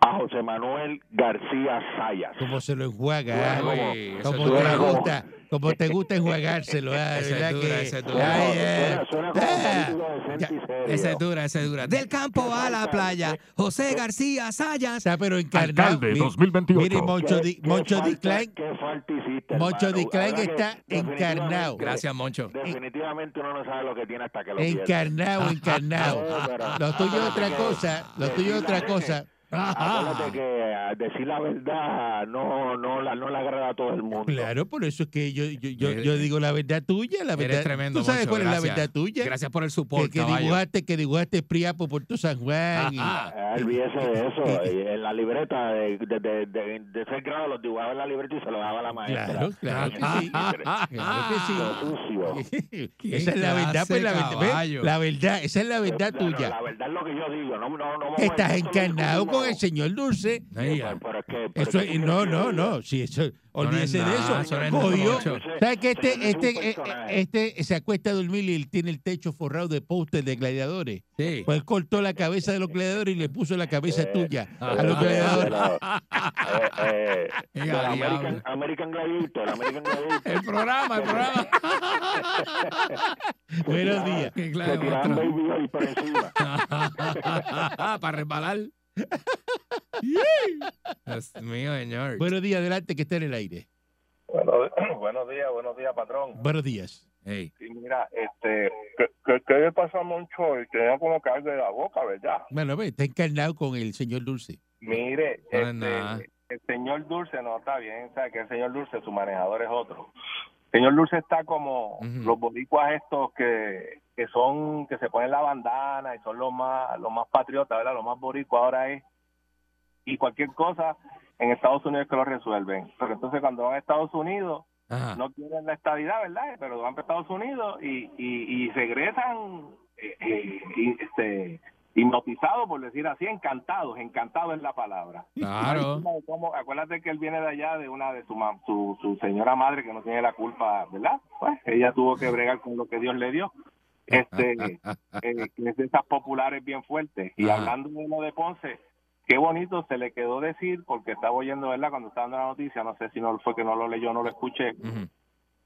[SPEAKER 11] A José Manuel García Sayas.
[SPEAKER 3] Como se lo enjuaga.
[SPEAKER 11] Luego,
[SPEAKER 3] ah,
[SPEAKER 11] eso
[SPEAKER 3] Como
[SPEAKER 11] es
[SPEAKER 3] te
[SPEAKER 11] duro.
[SPEAKER 3] gusta, como te gusta enjuagárselo. ah,
[SPEAKER 4] Esa es
[SPEAKER 3] ¿verdad
[SPEAKER 4] dura,
[SPEAKER 3] que?
[SPEAKER 4] esa es dura.
[SPEAKER 3] Ay,
[SPEAKER 4] Suena-
[SPEAKER 3] eh,
[SPEAKER 11] suena
[SPEAKER 3] ah,
[SPEAKER 4] Esa es dura, esa es dura. Del campo a la playa, José García Sayas.
[SPEAKER 3] está pero encarnado.
[SPEAKER 4] Alcalde,
[SPEAKER 3] Mire-
[SPEAKER 4] 2028.
[SPEAKER 3] Mire, Moncho, Di- Moncho
[SPEAKER 11] falta-
[SPEAKER 3] Di Klein-
[SPEAKER 11] qué falta hiciste,
[SPEAKER 3] Moncho
[SPEAKER 11] hermano.
[SPEAKER 3] Di Klein
[SPEAKER 11] La verdad que
[SPEAKER 3] está encarnado.
[SPEAKER 11] definitivamente-
[SPEAKER 4] Gracias, Moncho.
[SPEAKER 11] Definitivamente uno no sabe lo que tiene hasta que lo pierde.
[SPEAKER 3] Encarnado,
[SPEAKER 11] No,
[SPEAKER 3] encarnado.
[SPEAKER 11] pero-
[SPEAKER 3] Lo tuyo es otra
[SPEAKER 11] que-
[SPEAKER 3] cosa. Lo
[SPEAKER 11] que
[SPEAKER 3] tuyo es
[SPEAKER 11] sí,
[SPEAKER 3] otra
[SPEAKER 11] la-
[SPEAKER 3] cosa.
[SPEAKER 4] Ah,
[SPEAKER 3] Ah.
[SPEAKER 11] Acuérdate que a decir la verdad no no la no le agrada a todo el mundo.
[SPEAKER 3] Claro, por eso es que yo, yo, yo,
[SPEAKER 4] Eres-
[SPEAKER 3] yo digo la verdad tuya, la
[SPEAKER 4] Eres
[SPEAKER 3] verdad.
[SPEAKER 4] tremendo,
[SPEAKER 3] ¿Tú sabes
[SPEAKER 4] Moncho,
[SPEAKER 3] cuál es la
[SPEAKER 4] gracias.
[SPEAKER 3] verdad tuya?
[SPEAKER 4] Gracias por el
[SPEAKER 3] que,
[SPEAKER 4] support,
[SPEAKER 3] que
[SPEAKER 4] caballo.
[SPEAKER 3] dibujaste, que dibujaste Priapo por tu San Juan. y-
[SPEAKER 11] Ah, olvídese de eso. Y En la libreta de, de, de, de, de ser grado los dibujaba en la libreta y se lo daba a la maestra.
[SPEAKER 3] Claro,
[SPEAKER 4] Ah,
[SPEAKER 3] claro que sí. Claro que sí.
[SPEAKER 10] Ah,
[SPEAKER 11] Sucio.
[SPEAKER 3] Esa es la verdad, pues la verdad, ¿ves? la verdad, esa es la verdad
[SPEAKER 11] Claro,
[SPEAKER 3] tuya.
[SPEAKER 11] La verdad es lo que yo digo. No, no, no,
[SPEAKER 10] pues,
[SPEAKER 3] Estás
[SPEAKER 11] eso lo
[SPEAKER 3] encarnado con el
[SPEAKER 11] discutimos.
[SPEAKER 3] señor Dulce.
[SPEAKER 11] Pero- pero es que- pero
[SPEAKER 3] Eso
[SPEAKER 11] es que-
[SPEAKER 3] es- no, no, no, sí, eso, olvídese
[SPEAKER 4] nada,
[SPEAKER 3] de eso.
[SPEAKER 4] eso no es
[SPEAKER 3] Cogió-
[SPEAKER 4] nada, Moncho.
[SPEAKER 3] ¿Sabes que
[SPEAKER 11] Señor,
[SPEAKER 3] este,
[SPEAKER 11] es un
[SPEAKER 3] este, eh,
[SPEAKER 11] personaje.
[SPEAKER 3] este se acuesta a dormir y él tiene el techo forrado de póster de gladiadores?
[SPEAKER 4] Sí.
[SPEAKER 3] Pues cortó la cabeza de los gladiadores y le puso la cabeza
[SPEAKER 11] Eh,
[SPEAKER 3] tuya a
[SPEAKER 11] eh,
[SPEAKER 3] los gladiadores.
[SPEAKER 11] pero, eh, eh,
[SPEAKER 4] Diga,
[SPEAKER 11] pero
[SPEAKER 4] diablo.
[SPEAKER 11] American, American Gladiator, American Gladiator.
[SPEAKER 4] El programa, el programa.
[SPEAKER 3] Buenos días.
[SPEAKER 4] Qué
[SPEAKER 11] Se
[SPEAKER 4] clase de
[SPEAKER 11] tiraban
[SPEAKER 4] monstruo.
[SPEAKER 11] baby oil por encima.
[SPEAKER 4] Para resbalar. Dios mío, señor.
[SPEAKER 3] Buenos días, adelante, que está en el aire.
[SPEAKER 10] Bueno, buenos días, buenos días, patrón.
[SPEAKER 3] Buenos días.
[SPEAKER 4] Ey.
[SPEAKER 10] Sí, mira, este, ¿qué, qué, qué le pasa a Moncho? Tenía como que algo de la boca, ¿verdad?
[SPEAKER 3] Bueno, ve, está encarnado con el señor Dulce.
[SPEAKER 10] Mire,
[SPEAKER 4] No es
[SPEAKER 10] este,
[SPEAKER 4] nada.
[SPEAKER 10] el señor Dulce no está bien, o sea, que el señor Dulce, su manejador es otro. El señor Dulce está como
[SPEAKER 4] Ujú.
[SPEAKER 10] los boricuas estos que, que son, que se ponen la bandana y son los más, los más patriotas, ¿verdad? Los más boricuas ahora es. Y cualquier cosa en Estados Unidos es que lo resuelven. Pero entonces cuando van a Estados Unidos,
[SPEAKER 4] Ajá.
[SPEAKER 10] no quieren la estabilidad, ¿verdad? Pero van para Estados Unidos y, y, y regresan eh, eh, y- este, hipnotizados, por decir así, encantados, encantado es la palabra.
[SPEAKER 4] Claro. Ah,
[SPEAKER 10] Como- como- acuérdate que él viene de allá de una de su, mam- su su señora madre que no tiene la culpa, ¿verdad? Pues ella tuvo que bregar con lo que Dios le dio. Este,
[SPEAKER 4] ah,
[SPEAKER 10] eh, que es de esas populares bien fuertes. Y
[SPEAKER 4] Ajá.
[SPEAKER 10] hablando de lo de Ponce, qué bonito se le quedó decir, porque estaba oyendo, ¿verdad? Cuando estaba dando la noticia, no sé si no fue que no lo leyó, no lo escuché,
[SPEAKER 4] Ujú.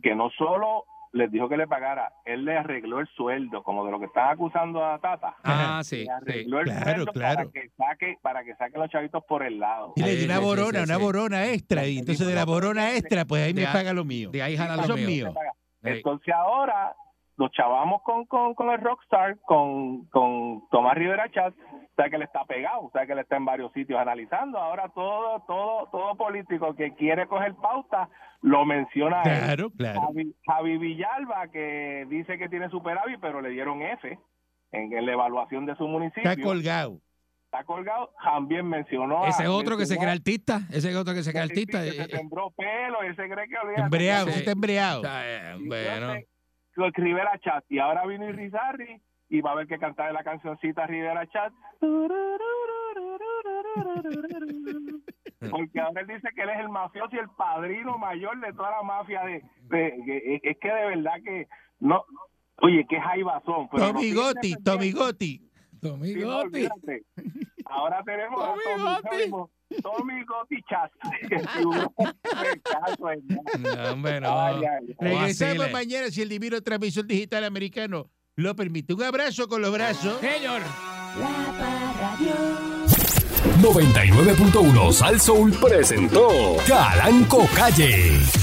[SPEAKER 10] que no solo les dijo que le pagara, él le arregló el sueldo, como de lo que están acusando a Tata.
[SPEAKER 4] Ah, sí.
[SPEAKER 10] Le
[SPEAKER 4] sí.
[SPEAKER 10] arregló el
[SPEAKER 3] Claro,
[SPEAKER 10] sueldo
[SPEAKER 3] claro.
[SPEAKER 10] para que saque para que saquen los chavitos por el lado.
[SPEAKER 3] Y le
[SPEAKER 4] Eh, Sí,
[SPEAKER 3] di una
[SPEAKER 4] sí, sí,
[SPEAKER 3] borona,
[SPEAKER 4] sí,
[SPEAKER 3] una
[SPEAKER 4] sí.
[SPEAKER 3] borona extra. Y entonces de la borona extra, pues ahí me
[SPEAKER 4] Ya.
[SPEAKER 3] paga lo mío.
[SPEAKER 4] De ahí jala
[SPEAKER 3] Eso
[SPEAKER 4] lo
[SPEAKER 3] es
[SPEAKER 4] mío.
[SPEAKER 3] mío.
[SPEAKER 4] Ey.
[SPEAKER 10] Entonces ahora los chavamos con, con, con el rockstar, con, con Tomás Rivera Chat, o sea que le está pegado, o sea que le está en varios sitios analizando. Ahora todo, todo, todo político que quiere coger pauta lo menciona a él.
[SPEAKER 3] Claro, claro.
[SPEAKER 10] Javi, Javi Villalba que dice que tiene superávit, pero le dieron F en, en la evaluación de su municipio.
[SPEAKER 3] Está colgado.
[SPEAKER 10] Está colgado. También mencionó. a-
[SPEAKER 4] Ese otro que se
[SPEAKER 10] mencionó
[SPEAKER 4] cree artista. Ese otro que se cree
[SPEAKER 10] a-
[SPEAKER 4] artista.
[SPEAKER 10] que
[SPEAKER 4] eh,
[SPEAKER 10] se
[SPEAKER 4] eh,
[SPEAKER 10] sembró pelo, él se cree que olvídate,
[SPEAKER 3] Embreado,
[SPEAKER 4] Sí.
[SPEAKER 3] está embreado.
[SPEAKER 4] eh, Bueno.
[SPEAKER 10] entonces, lo- Rivera Chat. Y ahora vino y Rizarri y va a haber que cantar la cancioncita Rivera Chat. Porque ahora él dice que él es el mafioso y el padrino mayor de toda la mafia. de, de- que- Es que de verdad que no. Oye, que es Jaibazón. pero no
[SPEAKER 3] Tommy
[SPEAKER 10] siguen
[SPEAKER 3] Gotti,
[SPEAKER 10] defendiendo.
[SPEAKER 3] Tommy Gotti.
[SPEAKER 10] Sí, no,
[SPEAKER 4] Domingote.
[SPEAKER 10] olvídate. Ahora tenemos a
[SPEAKER 4] Tommy
[SPEAKER 10] Tommy
[SPEAKER 4] Gotti.
[SPEAKER 10] Seymour, Tommy Gotti Chat. Que figuró en el caso, ¿verdad?
[SPEAKER 4] No, hombre,
[SPEAKER 10] Ay,
[SPEAKER 4] no.
[SPEAKER 10] ay, ay.
[SPEAKER 3] Regresamos
[SPEAKER 4] pues, Vacile.
[SPEAKER 3] mañana si el divino transmisión digital americano lo permite. Un abrazo con los brazos.
[SPEAKER 4] Señor.
[SPEAKER 2] La Parradio.
[SPEAKER 1] 99.1 Sal Soul presentó Calanco Calle.